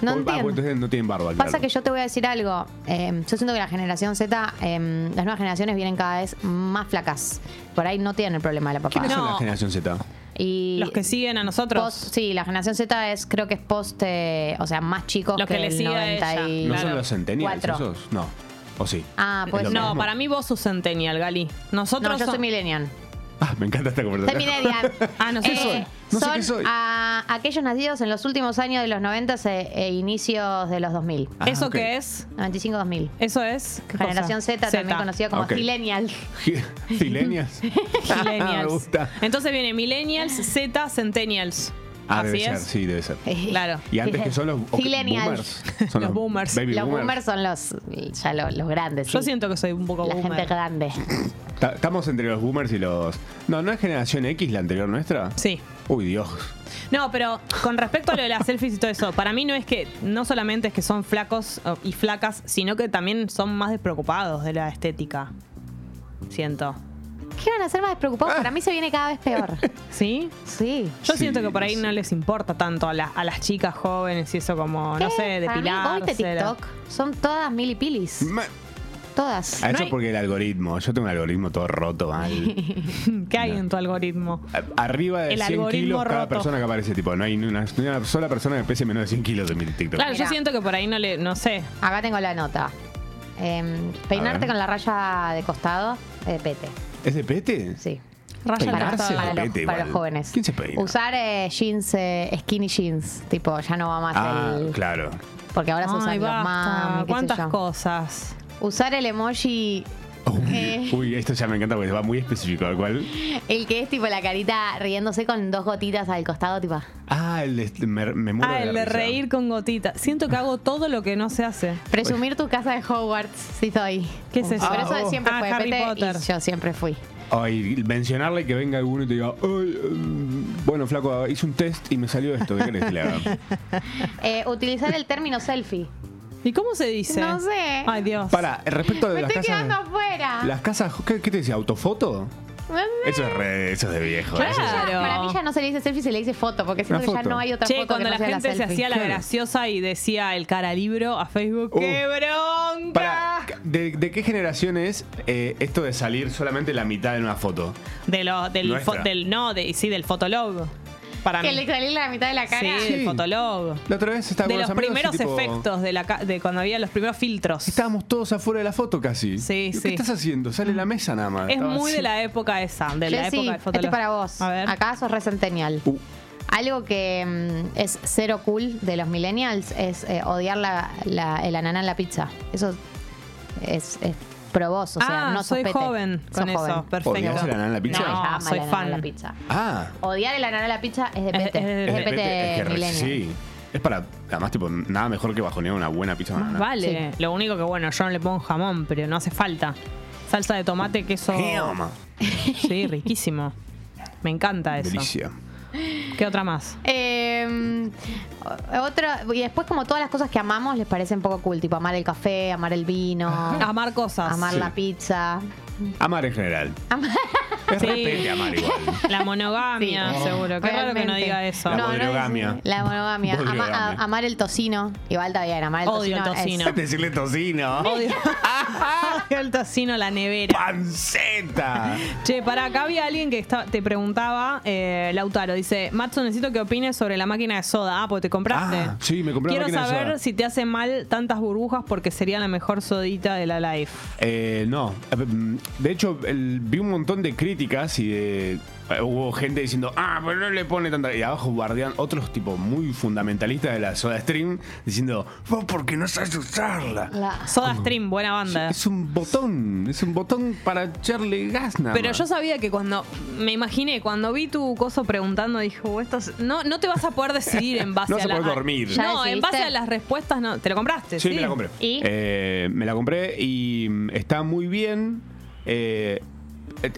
[SPEAKER 2] No
[SPEAKER 3] Ah,
[SPEAKER 2] entiendo.
[SPEAKER 3] pues entonces no tienen barba.
[SPEAKER 2] Pasa
[SPEAKER 3] claro.
[SPEAKER 2] que yo te voy a decir algo. eh, yo siento que la generación Z, eh, las nuevas generaciones vienen cada vez más flacas. Por ahí no tienen el problema de la papada.
[SPEAKER 3] ¿Quiénes son
[SPEAKER 1] No.
[SPEAKER 3] la generación Z?
[SPEAKER 2] Y
[SPEAKER 1] Los que siguen a nosotros.
[SPEAKER 2] post- sí, la generación Z es, creo que es post, eh, o sea, más chicos
[SPEAKER 1] Los que le
[SPEAKER 2] el
[SPEAKER 1] sigue a
[SPEAKER 2] 90
[SPEAKER 1] ella.
[SPEAKER 2] y...
[SPEAKER 3] ¿No
[SPEAKER 1] Claro.
[SPEAKER 3] son los centennials
[SPEAKER 2] Cuatro.
[SPEAKER 3] esos? No. ¿O sí?
[SPEAKER 2] Ah, pues
[SPEAKER 3] Es lo
[SPEAKER 1] no,
[SPEAKER 3] mismo.
[SPEAKER 1] para mí vos sos centennial, Gali. Nosotros
[SPEAKER 2] No, yo soy
[SPEAKER 1] son-
[SPEAKER 2] millennial.
[SPEAKER 3] Ah, me encanta esta
[SPEAKER 2] Soy
[SPEAKER 3] conversación.
[SPEAKER 2] millennial.
[SPEAKER 1] Ah, no sé qué soy.
[SPEAKER 3] No sé
[SPEAKER 2] Eh, son
[SPEAKER 3] qué soy.
[SPEAKER 2] a- aquellos nacidos en los últimos años de los 90 e, e inicios de los 2000.
[SPEAKER 3] Ah,
[SPEAKER 1] ¿Eso
[SPEAKER 3] ok.
[SPEAKER 1] qué es?
[SPEAKER 2] 95-2000.
[SPEAKER 1] Eso es. ¿Qué cosa?
[SPEAKER 2] Generación Z, también conocida como
[SPEAKER 3] Ok.
[SPEAKER 2] millennial.
[SPEAKER 3] Silenias.
[SPEAKER 1] Millennials.
[SPEAKER 3] Me gusta.
[SPEAKER 1] Entonces viene Millennials, Z, Centennials.
[SPEAKER 3] Ah,
[SPEAKER 1] Así
[SPEAKER 3] debe
[SPEAKER 1] es.
[SPEAKER 3] ser, sí, debe ser.
[SPEAKER 1] Claro.
[SPEAKER 3] Y antes que son los ok,
[SPEAKER 2] Millennials.
[SPEAKER 3] boomers. Son
[SPEAKER 1] Los boomers.
[SPEAKER 3] Baby
[SPEAKER 2] Eh, Los boomers
[SPEAKER 3] boomers.
[SPEAKER 2] son los, ya lo- los, grandes.
[SPEAKER 1] Yo
[SPEAKER 2] sí.
[SPEAKER 1] siento que soy un poco
[SPEAKER 2] La
[SPEAKER 1] boomer.
[SPEAKER 2] gente grande.
[SPEAKER 3] Ta- Estamos entre los boomers y los. No, ¿no es generación X la anterior nuestra?
[SPEAKER 1] Sí.
[SPEAKER 3] Uy, Dios.
[SPEAKER 1] No, pero con respecto a lo de las selfies y todo eso, para mí no es que, no solamente es que son flacos oh, y flacas, sino que también son más despreocupados de la estética. Siento.
[SPEAKER 2] ¿Qué van a ser más despreocupados? Para mí se viene cada vez peor.
[SPEAKER 1] ¿Sí?
[SPEAKER 2] Sí.
[SPEAKER 1] Yo
[SPEAKER 3] Sí,
[SPEAKER 1] siento que por ahí
[SPEAKER 3] sí.
[SPEAKER 1] no les importa tanto a, las a las chicas jóvenes y eso como, no
[SPEAKER 2] Eh,
[SPEAKER 1] sé,
[SPEAKER 2] para mí,
[SPEAKER 1] depilarse.
[SPEAKER 2] ¿vos viste TikTok? Son todas milipilis.
[SPEAKER 3] Ma-
[SPEAKER 2] Todas.
[SPEAKER 3] A eso
[SPEAKER 1] hay-
[SPEAKER 3] porque el algoritmo. Yo tengo un algoritmo todo roto mal.
[SPEAKER 1] Mm, ¿Qué hay en tu algoritmo?
[SPEAKER 3] A- Arriba de
[SPEAKER 1] El
[SPEAKER 3] 100
[SPEAKER 1] algoritmo
[SPEAKER 3] kilos cada
[SPEAKER 1] roto.
[SPEAKER 3] persona que aparece. Tipo, no hay ni una, ni una sola persona que pese menos de 100 kilos de mi TikTok.
[SPEAKER 1] Claro, yo
[SPEAKER 2] Mirá.
[SPEAKER 1] siento que por ahí no le, no sé.
[SPEAKER 2] Acá tengo la nota. Em, peinarte
[SPEAKER 3] ver.
[SPEAKER 2] con la raya de costado, eh, pete.
[SPEAKER 3] ¿Es de pete?
[SPEAKER 2] Sí.
[SPEAKER 1] Raya
[SPEAKER 2] Para,
[SPEAKER 3] Peinarse
[SPEAKER 1] cortada.
[SPEAKER 2] para
[SPEAKER 3] de
[SPEAKER 2] los,
[SPEAKER 3] pete
[SPEAKER 2] para
[SPEAKER 3] igual.
[SPEAKER 2] los jóvenes.
[SPEAKER 3] ¿Quién se peina?
[SPEAKER 2] Usar eh, jeans, eh, skinny jeans. Tipo, ya no va más
[SPEAKER 3] Ah,
[SPEAKER 2] el-
[SPEAKER 3] claro.
[SPEAKER 2] Porque ahora se usan
[SPEAKER 1] Ay,
[SPEAKER 2] los
[SPEAKER 1] basta.
[SPEAKER 2] mami, qué sé
[SPEAKER 1] ¿Cuántas
[SPEAKER 2] yo.
[SPEAKER 1] cosas?
[SPEAKER 2] Usar el emoji,
[SPEAKER 3] Uy,
[SPEAKER 2] Eh.
[SPEAKER 3] uy, esto ya me encanta porque va muy específico. ¿al cual?
[SPEAKER 2] el que es tipo la carita riéndose con dos gotitas al costado, tipo.
[SPEAKER 3] Ah, el de, me, me muero
[SPEAKER 1] Ah,
[SPEAKER 3] de la
[SPEAKER 1] el de
[SPEAKER 3] risa.
[SPEAKER 1] reír con gotitas. Siento que hago todo lo que no se hace.
[SPEAKER 2] Presumir tu casa de Hogwarts, sí estoy.
[SPEAKER 1] ¿Qué es eso?
[SPEAKER 2] Pero eso de
[SPEAKER 3] Ah,
[SPEAKER 2] siempre
[SPEAKER 1] oh.
[SPEAKER 2] fue
[SPEAKER 1] Ah, Harry
[SPEAKER 2] pete y
[SPEAKER 1] Potter.
[SPEAKER 2] yo siempre fui.
[SPEAKER 3] Ay, mencionarle que venga alguno y te diga, "Ay, eh, bueno, flaco, hice un test y me salió esto. ¿Qué querés que le haga?
[SPEAKER 2] Eh, utilizar el término selfie.
[SPEAKER 1] ¿Y cómo se dice?
[SPEAKER 2] No sé.
[SPEAKER 1] Ay, Dios.
[SPEAKER 3] Para, respecto de
[SPEAKER 2] Me
[SPEAKER 3] las
[SPEAKER 2] estoy
[SPEAKER 3] casas.
[SPEAKER 2] quedando afuera.
[SPEAKER 3] Las casas, ¿qué, qué te decía? ¿Autofoto?
[SPEAKER 2] No sé.
[SPEAKER 3] Eso es, re- eso es de viejo.
[SPEAKER 2] Para
[SPEAKER 3] eso es-
[SPEAKER 2] mí ya-
[SPEAKER 1] Eh. Claro.
[SPEAKER 2] Para mí ya no se le dice selfie, se le dice foto, porque siento
[SPEAKER 3] Una
[SPEAKER 2] que ya
[SPEAKER 3] foto.
[SPEAKER 2] no hay otra
[SPEAKER 1] Che,
[SPEAKER 2] foto.
[SPEAKER 1] cuando
[SPEAKER 2] que no
[SPEAKER 1] la
[SPEAKER 2] sea
[SPEAKER 1] gente se
[SPEAKER 2] selfie.
[SPEAKER 1] hacía la
[SPEAKER 3] Claro.
[SPEAKER 1] graciosa y decía el cara libro a Facebook.
[SPEAKER 3] Uh.
[SPEAKER 1] ¡Qué bronca!
[SPEAKER 3] Para, ¿de, de qué generación es eh, esto de salir solamente la mitad en una foto?
[SPEAKER 1] De lo, del,
[SPEAKER 3] Nuestra.
[SPEAKER 1] fo- del- no, de, sí, del fotolog. Para
[SPEAKER 2] Que
[SPEAKER 1] mí.
[SPEAKER 2] le salí la mitad de la
[SPEAKER 1] Sí,
[SPEAKER 2] cara.
[SPEAKER 3] Sí.
[SPEAKER 1] del fotolog.
[SPEAKER 3] La otra vez estaba
[SPEAKER 1] De
[SPEAKER 3] con
[SPEAKER 1] los
[SPEAKER 3] amigos y
[SPEAKER 1] primeros
[SPEAKER 3] tipo,
[SPEAKER 1] efectos de, la, ca- de cuando había los primeros filtros.
[SPEAKER 3] Estábamos todos afuera de la foto casi.
[SPEAKER 1] Sí, sí.
[SPEAKER 3] Digo, ¿Qué estás haciendo? Sale la mesa nada más.
[SPEAKER 1] es
[SPEAKER 3] Estaba
[SPEAKER 1] muy
[SPEAKER 3] así.
[SPEAKER 1] de la época esa, de la
[SPEAKER 2] Jessy,
[SPEAKER 1] época del
[SPEAKER 2] este
[SPEAKER 1] fotolog.
[SPEAKER 2] es para vos.
[SPEAKER 1] A ver.
[SPEAKER 2] Acá sos recentennial.
[SPEAKER 3] Uh,
[SPEAKER 2] Algo que mm, es cero cool de los millennials es eh, odiar la, la- el ananá en la pizza. Eso es, es probos, o sea,
[SPEAKER 1] ah,
[SPEAKER 2] no sos
[SPEAKER 1] soy
[SPEAKER 2] pete.
[SPEAKER 1] joven
[SPEAKER 2] Sos
[SPEAKER 1] con eso.
[SPEAKER 2] joven.
[SPEAKER 3] ¿Odias
[SPEAKER 1] Perfecto.
[SPEAKER 3] el ananá en la pizza?
[SPEAKER 2] No, yo
[SPEAKER 1] No,
[SPEAKER 2] amo
[SPEAKER 1] soy
[SPEAKER 2] el ananá en
[SPEAKER 1] fan.
[SPEAKER 2] la pizza.
[SPEAKER 3] Ah,
[SPEAKER 2] Odiar el ananá en la pizza es de
[SPEAKER 1] Es-
[SPEAKER 2] pete.
[SPEAKER 1] es-
[SPEAKER 2] Es,
[SPEAKER 1] es
[SPEAKER 2] de
[SPEAKER 1] de
[SPEAKER 2] pete
[SPEAKER 3] es que re-
[SPEAKER 2] milenio.
[SPEAKER 3] Sí. Es para, además, tipo, nada mejor que bajonear una buena pizza. de
[SPEAKER 1] Más
[SPEAKER 3] banana.
[SPEAKER 1] vale. Lo único que, bueno, yo no le pongo jamón, pero no hace falta. Salsa de tomate, queso.
[SPEAKER 3] Damn.
[SPEAKER 1] Sí, riquísimo. Me encanta eso.
[SPEAKER 3] Delicia.
[SPEAKER 1] ¿Qué otra más?
[SPEAKER 2] Eh, otra, y después como todas las cosas que amamos les parecen poco cool, tipo amar el café, amar el vino,
[SPEAKER 1] Amar cosas.
[SPEAKER 2] amar
[SPEAKER 3] Sí.
[SPEAKER 2] la pizza.
[SPEAKER 3] Amar en general. Es
[SPEAKER 1] Sí.
[SPEAKER 3] repete amar igual.
[SPEAKER 1] La monogamia,
[SPEAKER 2] Sí. Ah.
[SPEAKER 1] seguro. Qué raro que no
[SPEAKER 2] Realmente.
[SPEAKER 1] diga eso.
[SPEAKER 3] La
[SPEAKER 2] No, no es-
[SPEAKER 3] monogamia.
[SPEAKER 2] la monogamia. Ama-
[SPEAKER 3] Monogamia.
[SPEAKER 2] a- amar el tocino. Igual está bien, amar el
[SPEAKER 1] Odio el
[SPEAKER 2] tocino. es-
[SPEAKER 1] tocino.
[SPEAKER 3] Decirle tocino.
[SPEAKER 1] Odio. Odio el tocino, la nevera.
[SPEAKER 3] ¡Panceta!
[SPEAKER 1] Che, para acá había alguien que está- te preguntaba, eh, Lautaro, dice, Matzo, necesito que opines sobre la máquina de soda. Ah, pues te compraste.
[SPEAKER 3] Ah, sí, me compré la
[SPEAKER 1] Quiero
[SPEAKER 3] máquina de
[SPEAKER 1] saber
[SPEAKER 3] soda.
[SPEAKER 1] si te hace mal tantas burbujas porque sería la mejor sodita de la life.
[SPEAKER 3] Eh, no. De hecho, el- vi un montón de críticas y de. eh, Hubo gente diciendo, ah, pero no le pone tanta. Y abajo guardián, otros tipo muy fundamentalistas de la Soda Stream, diciendo, vos porque no sabes usarla.
[SPEAKER 2] La-
[SPEAKER 1] Soda Stream, buena banda.
[SPEAKER 3] Es un botón, es un botón para echarle gas nada
[SPEAKER 1] Pero
[SPEAKER 3] más.
[SPEAKER 1] yo sabía que cuando, me imaginé, cuando vi tu coso preguntando, dije, "Oh, esto es- no, no te vas a poder decidir en base
[SPEAKER 3] No
[SPEAKER 1] a
[SPEAKER 3] vas a
[SPEAKER 1] la-
[SPEAKER 3] poder dormir.
[SPEAKER 2] Ya
[SPEAKER 1] No, en
[SPEAKER 2] decidiste.
[SPEAKER 1] base a las respuestas, no. ¿Te lo compraste?
[SPEAKER 3] Sí, me la compré.
[SPEAKER 2] ¿Y?
[SPEAKER 3] Eh, me la compré y mm, está muy bien. Eh,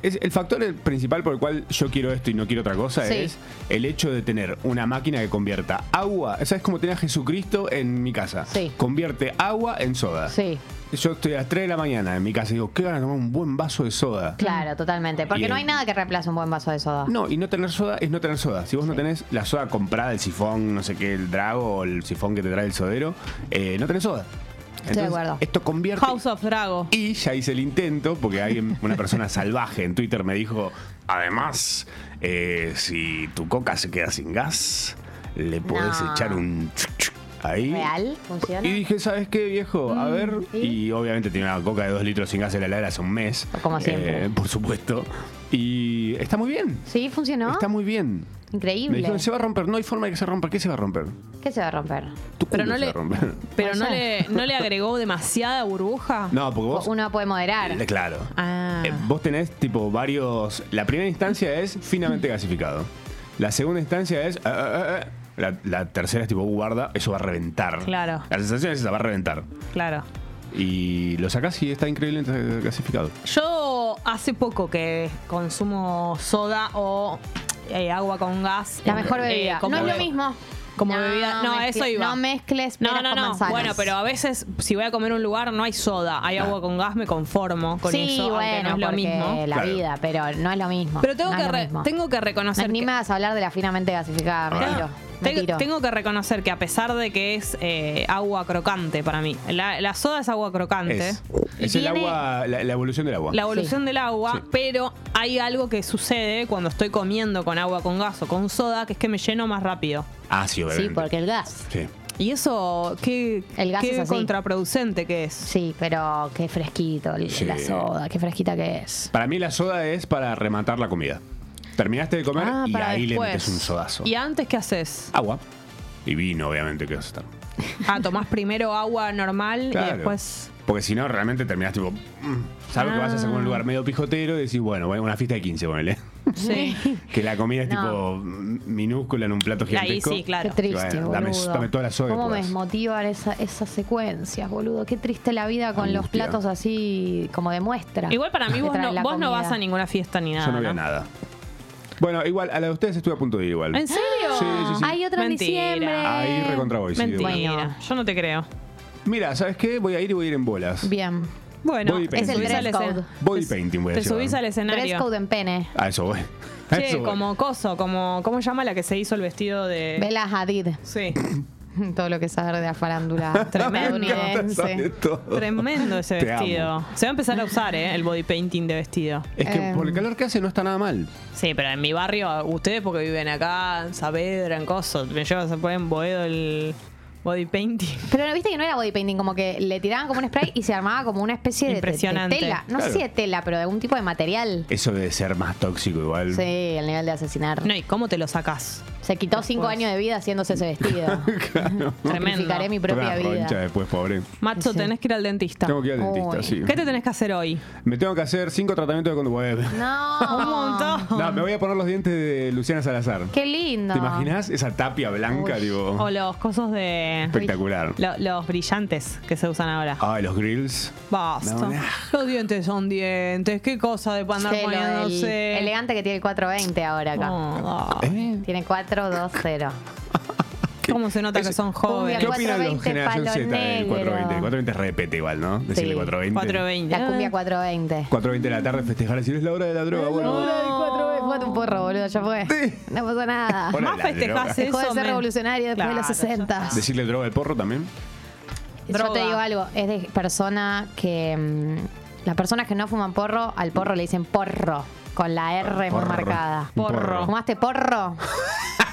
[SPEAKER 3] es- el factor principal por el cual yo quiero esto y no quiero otra cosa
[SPEAKER 2] Sí.
[SPEAKER 3] es el hecho de tener una máquina que convierta agua. ¿Sabes cómo tenía Jesucristo en mi casa?
[SPEAKER 2] Sí.
[SPEAKER 3] Convierte agua en soda.
[SPEAKER 2] Sí,
[SPEAKER 3] Yo estoy a las 3 de la mañana en mi casa y digo, ¿qué van a tomar un buen vaso de soda?
[SPEAKER 1] Mm.
[SPEAKER 2] claro, totalmente. Porque
[SPEAKER 3] Bien.
[SPEAKER 2] no hay nada que reemplace un buen vaso de soda.
[SPEAKER 3] No, y no tener soda es no tener soda. Si vos no tenés la soda comprada, el sifón, no sé qué, el drago o el sifón que te trae el sodero, eh, no tenés soda.
[SPEAKER 2] de acuerdo.
[SPEAKER 3] Esto convierte.
[SPEAKER 1] Eh, House of Drago.
[SPEAKER 3] Y ya hice el intento, porque alguien, una persona salvaje en Twitter me dijo, además, eh, si tu coca se queda sin gas, le podés
[SPEAKER 2] No.
[SPEAKER 3] echar un... chuc, chuc Ahí.
[SPEAKER 2] ¿Real? ¿Funciona? Mm,
[SPEAKER 3] Y dije, ¿sabes qué, viejo? A ver.
[SPEAKER 2] ¿sí?
[SPEAKER 3] Y obviamente tenía una coca de dos litros sin gas en la heladera hace un mes. Eh,
[SPEAKER 2] Como siempre.
[SPEAKER 3] por supuesto. Y está muy bien.
[SPEAKER 2] Sí, funcionó.
[SPEAKER 3] Está muy bien. Me
[SPEAKER 2] Increíble.
[SPEAKER 3] dijeron, se va a romper. No hay forma de que se rompa. ¿Qué se va a romper?
[SPEAKER 2] ¿Qué se va a romper?
[SPEAKER 3] Tu
[SPEAKER 1] Pero
[SPEAKER 3] culo
[SPEAKER 1] no
[SPEAKER 3] se
[SPEAKER 1] le-
[SPEAKER 3] va a romper.
[SPEAKER 1] Pero no
[SPEAKER 2] Puede
[SPEAKER 1] le, no le agregó demasiada burbuja.
[SPEAKER 3] No, porque vos...
[SPEAKER 2] Uno puede moderar.
[SPEAKER 3] Eh, Claro.
[SPEAKER 1] Ah.
[SPEAKER 3] Eh, vos tenés tipo varios. La primera instancia es finamente gasificado. La segunda instancia es. ah, ah, ah, ah. La, la tercera es tipo, uh, guarda, eso va a reventar.
[SPEAKER 1] Claro.
[SPEAKER 3] La sensación es esa, va a reventar.
[SPEAKER 1] Claro.
[SPEAKER 3] Y lo sacás y está increíble eh, gasificado.
[SPEAKER 1] Yo hace poco que consumo soda o eh, agua con gas.
[SPEAKER 2] La mejor
[SPEAKER 1] Eh,
[SPEAKER 2] bebida.
[SPEAKER 1] como-
[SPEAKER 2] no es lo mismo.
[SPEAKER 1] Como bebida. No, a eso
[SPEAKER 2] mezcle-
[SPEAKER 1] iba.
[SPEAKER 2] No mezcles
[SPEAKER 1] No,
[SPEAKER 2] peras
[SPEAKER 1] no,
[SPEAKER 2] con
[SPEAKER 1] no.
[SPEAKER 2] manzanas.
[SPEAKER 1] Bueno, pero a veces si voy a comer a un lugar no hay soda, hay
[SPEAKER 3] Ah.
[SPEAKER 1] agua con gas, me conformo con
[SPEAKER 2] sí,
[SPEAKER 1] eso, aunque
[SPEAKER 2] bueno,
[SPEAKER 1] no es lo
[SPEAKER 2] porque
[SPEAKER 1] mismo.
[SPEAKER 2] la
[SPEAKER 3] Claro.
[SPEAKER 2] vida, pero no es lo mismo.
[SPEAKER 1] Pero tengo
[SPEAKER 2] No es
[SPEAKER 1] que
[SPEAKER 2] lo
[SPEAKER 1] re-
[SPEAKER 2] mismo.
[SPEAKER 1] tengo que reconocer
[SPEAKER 2] Ni
[SPEAKER 1] que-
[SPEAKER 2] me vas a hablar de la finamente gasificada. Me
[SPEAKER 3] Ah.
[SPEAKER 2] tiro. Me
[SPEAKER 1] Tengo-
[SPEAKER 2] tiro.
[SPEAKER 1] tengo que reconocer que a pesar de que es eh, agua crocante para mí, la, la soda es agua crocante.
[SPEAKER 3] Es,
[SPEAKER 2] Y
[SPEAKER 3] es el
[SPEAKER 2] tiene-
[SPEAKER 3] agua, la, la evolución del agua.
[SPEAKER 1] La evolución del agua,
[SPEAKER 3] Sí.
[SPEAKER 1] pero hay algo que sucede cuando estoy comiendo con agua con gas o con soda, que es que me lleno más rápido.
[SPEAKER 3] Ah, sí,
[SPEAKER 2] Sí,
[SPEAKER 3] obviamente.
[SPEAKER 2] porque el gas.
[SPEAKER 3] Sí.
[SPEAKER 1] Y eso, qué,
[SPEAKER 2] El gas
[SPEAKER 1] qué
[SPEAKER 2] es así.
[SPEAKER 1] contraproducente que es.
[SPEAKER 2] Sí, pero qué fresquito el-
[SPEAKER 3] Sí.
[SPEAKER 2] la soda, qué fresquita que es.
[SPEAKER 3] Para mí la soda es para rematar la comida. Terminaste de comer
[SPEAKER 1] Ah,
[SPEAKER 3] y
[SPEAKER 1] para
[SPEAKER 3] ahí
[SPEAKER 1] después.
[SPEAKER 3] le metes un sodazo.
[SPEAKER 1] ¿Y antes qué haces?
[SPEAKER 3] Agua. Y vino, obviamente, que vas a estar.
[SPEAKER 1] Ah, tomás primero agua normal y
[SPEAKER 3] Claro.
[SPEAKER 1] después. Ah.
[SPEAKER 3] Porque si no, realmente terminás tipo. mm, Sabes que vas a un lugar medio pijotero y decís, bueno, voy a una fiesta de 15, ponele.
[SPEAKER 1] Sí.
[SPEAKER 3] Que la comida es
[SPEAKER 2] No.
[SPEAKER 3] tipo mm, minúscula en un plato
[SPEAKER 1] Ahí
[SPEAKER 3] gigantesco.
[SPEAKER 1] sí, claro.
[SPEAKER 2] Qué triste,
[SPEAKER 3] Bueno, dame-
[SPEAKER 2] boludo.
[SPEAKER 3] dame toda la soda que
[SPEAKER 2] ¿Cómo me
[SPEAKER 3] puedas.
[SPEAKER 2] desmotivan esa, esas secuencias, boludo? Qué triste la vida con los
[SPEAKER 3] Angustia.
[SPEAKER 2] platos así como de muestra.
[SPEAKER 1] Igual para mí
[SPEAKER 2] que
[SPEAKER 1] vos
[SPEAKER 2] trae
[SPEAKER 1] no,
[SPEAKER 2] la
[SPEAKER 1] vos no
[SPEAKER 2] comida.
[SPEAKER 1] vas a ninguna fiesta ni nada.
[SPEAKER 3] Yo no veo nada. Bueno, igual, a la de ustedes estuve a punto de ir igual.
[SPEAKER 1] ¿En serio?
[SPEAKER 3] Sí, sí, sí.
[SPEAKER 2] Hay otro
[SPEAKER 1] Mentira.
[SPEAKER 2] en diciembre.
[SPEAKER 3] Ahí recontra voy, sí, de
[SPEAKER 1] Mentira.
[SPEAKER 2] Bueno.
[SPEAKER 1] Yo no te creo.
[SPEAKER 3] Mira, ¿sabes qué? Voy a ir y voy a ir en bolas.
[SPEAKER 2] Bien.
[SPEAKER 1] Bueno,
[SPEAKER 3] Body
[SPEAKER 1] te
[SPEAKER 3] painting.
[SPEAKER 1] subís
[SPEAKER 3] Es el
[SPEAKER 1] al
[SPEAKER 2] dress
[SPEAKER 1] escena-
[SPEAKER 2] code.
[SPEAKER 3] Body painting voy a
[SPEAKER 1] Te
[SPEAKER 3] llevar.
[SPEAKER 1] subís al
[SPEAKER 2] Dress
[SPEAKER 1] escenario.
[SPEAKER 2] code en pene.
[SPEAKER 3] A eso voy. A
[SPEAKER 1] Che,
[SPEAKER 3] eso voy.
[SPEAKER 1] como coso, como. ¿Cómo se llama la que se hizo el vestido de.?
[SPEAKER 2] Bella Hadid.
[SPEAKER 1] Sí.
[SPEAKER 2] Todo lo que saber de la farándula
[SPEAKER 1] Tremendo.
[SPEAKER 3] Sabe
[SPEAKER 2] estadounidense.
[SPEAKER 3] todo.
[SPEAKER 1] Tremendo ese
[SPEAKER 3] Te amo.
[SPEAKER 1] vestido. Se va a empezar a usar, ¿eh? El body painting de vestido.
[SPEAKER 3] Es que
[SPEAKER 2] Em.
[SPEAKER 3] por el calor que hace no está nada mal.
[SPEAKER 1] Sí, pero en mi barrio, ustedes porque viven acá, en Saavedra, en Coso, me llevas a poner en Boedo el Body painting.
[SPEAKER 2] Pero viste que no era body painting, como que le tiraban como un spray y se armaba como una especie de, de- de
[SPEAKER 1] Impresionante.
[SPEAKER 2] tela. No sé
[SPEAKER 3] Claro.
[SPEAKER 2] si de tela, pero de algún tipo de material.
[SPEAKER 3] Eso debe ser más tóxico igual.
[SPEAKER 2] Sí, al nivel de asesinar.
[SPEAKER 1] No, ¿y cómo te lo sacás?
[SPEAKER 2] Se quitó cinco
[SPEAKER 1] Después.
[SPEAKER 2] años de vida haciéndose ese vestido.
[SPEAKER 1] Tremendo.
[SPEAKER 2] Sacrificaré mi propia
[SPEAKER 3] Una
[SPEAKER 2] vida.
[SPEAKER 3] roncha después, pobre.
[SPEAKER 1] Macho,
[SPEAKER 2] Sí.
[SPEAKER 1] tenés que ir al dentista.
[SPEAKER 3] Tengo que ir al dentista,
[SPEAKER 2] Uy.
[SPEAKER 3] sí.
[SPEAKER 1] ¿Qué te tenés que hacer hoy?
[SPEAKER 3] Me tengo que hacer cinco tratamientos de conducción.
[SPEAKER 2] No.
[SPEAKER 1] Un montón.
[SPEAKER 3] No, me voy a poner los dientes de Luciana Salazar.
[SPEAKER 2] Qué lindo.
[SPEAKER 3] ¿Te imaginas esa tapia blanca,
[SPEAKER 2] Uy.
[SPEAKER 3] digo?
[SPEAKER 1] O los cosos de.
[SPEAKER 3] Espectacular.
[SPEAKER 1] lo- los brillantes que se usan ahora.
[SPEAKER 3] Ay, los grills.
[SPEAKER 1] Basta.
[SPEAKER 3] No, nah.
[SPEAKER 1] Los dientes son dientes. Qué cosa de andar
[SPEAKER 2] Sí, lo del
[SPEAKER 1] poniéndose.
[SPEAKER 2] elegante que tiene el 420 ahora acá.
[SPEAKER 1] Oh, oh.
[SPEAKER 3] ¿Eh?
[SPEAKER 2] Tiene 420.
[SPEAKER 1] ¿Cómo se nota que son jóvenes?
[SPEAKER 3] ¿Qué opinan los
[SPEAKER 2] 420
[SPEAKER 3] generación Z del
[SPEAKER 2] palo
[SPEAKER 3] 420?
[SPEAKER 2] negro.
[SPEAKER 3] 420 es repete igual, ¿no? Decirle
[SPEAKER 2] Sí.
[SPEAKER 3] 420.
[SPEAKER 1] 420.
[SPEAKER 2] La cumbia 420.
[SPEAKER 3] 420 de la tarde festejar, decir es la hora de la droga, bueno.
[SPEAKER 2] Ahora el 420. Fumate un porro, boludo, ya fue.
[SPEAKER 3] Sí.
[SPEAKER 2] No pasó nada.
[SPEAKER 3] Ahora
[SPEAKER 1] Más
[SPEAKER 3] la droga.
[SPEAKER 1] festejás
[SPEAKER 2] Dejó
[SPEAKER 1] eso.
[SPEAKER 2] de ser
[SPEAKER 1] men.
[SPEAKER 2] revolucionario después de los
[SPEAKER 1] Claro,
[SPEAKER 2] 60.
[SPEAKER 3] Decirle droga al porro también.
[SPEAKER 2] Yo te
[SPEAKER 1] Droga.
[SPEAKER 2] digo algo, es de persona que. mm, las personas que no fuman porro, al porro le dicen porro, con la R muy
[SPEAKER 3] Porro.
[SPEAKER 2] marcada.
[SPEAKER 1] Porro.
[SPEAKER 2] ¿Fumaste porro?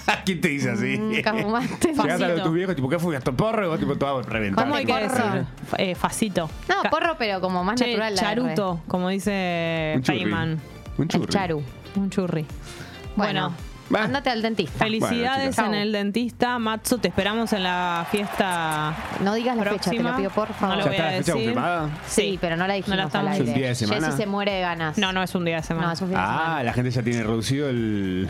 [SPEAKER 2] Mm,
[SPEAKER 3] ¿Quién te dice así?
[SPEAKER 2] Nunca fumaste.
[SPEAKER 3] Llegás a lo de
[SPEAKER 1] Facito.
[SPEAKER 3] tus viejos, tipo, ¿qué fuiste? ¿Porro? Y vos, tipo, todo reventado.
[SPEAKER 1] ¿Cómo hay que
[SPEAKER 2] Porro.
[SPEAKER 1] decir? F- eh, facito.
[SPEAKER 2] No,
[SPEAKER 1] Ca-
[SPEAKER 2] porro, pero como más
[SPEAKER 1] Che,
[SPEAKER 2] natural la R.
[SPEAKER 1] charuto, como dice
[SPEAKER 3] Un churri.
[SPEAKER 1] Feynman.
[SPEAKER 3] Un
[SPEAKER 2] El
[SPEAKER 3] churri.
[SPEAKER 2] charu.
[SPEAKER 1] Un churri. Bueno.
[SPEAKER 2] Bueno,
[SPEAKER 3] Va.
[SPEAKER 2] andate al dentista.
[SPEAKER 1] Felicidades
[SPEAKER 2] chicas.
[SPEAKER 1] en el dentista, Matzo. Te esperamos en la fiesta.
[SPEAKER 2] No digas la fecha,
[SPEAKER 1] próxima.
[SPEAKER 2] te lo pido por favor.
[SPEAKER 1] No lo
[SPEAKER 3] ¿Ya
[SPEAKER 1] voy
[SPEAKER 3] está
[SPEAKER 1] a
[SPEAKER 3] la fecha
[SPEAKER 1] decir.
[SPEAKER 3] confirmada?
[SPEAKER 2] sí, pero no la dijimos
[SPEAKER 1] No la
[SPEAKER 2] al
[SPEAKER 1] estamos-
[SPEAKER 2] aire.
[SPEAKER 3] Es un día de semana.
[SPEAKER 2] Jessy se muere de ganas.
[SPEAKER 1] No, no es un día de semana.
[SPEAKER 2] No, es un fin de semana.
[SPEAKER 3] Ah, la gente ya tiene reducido el.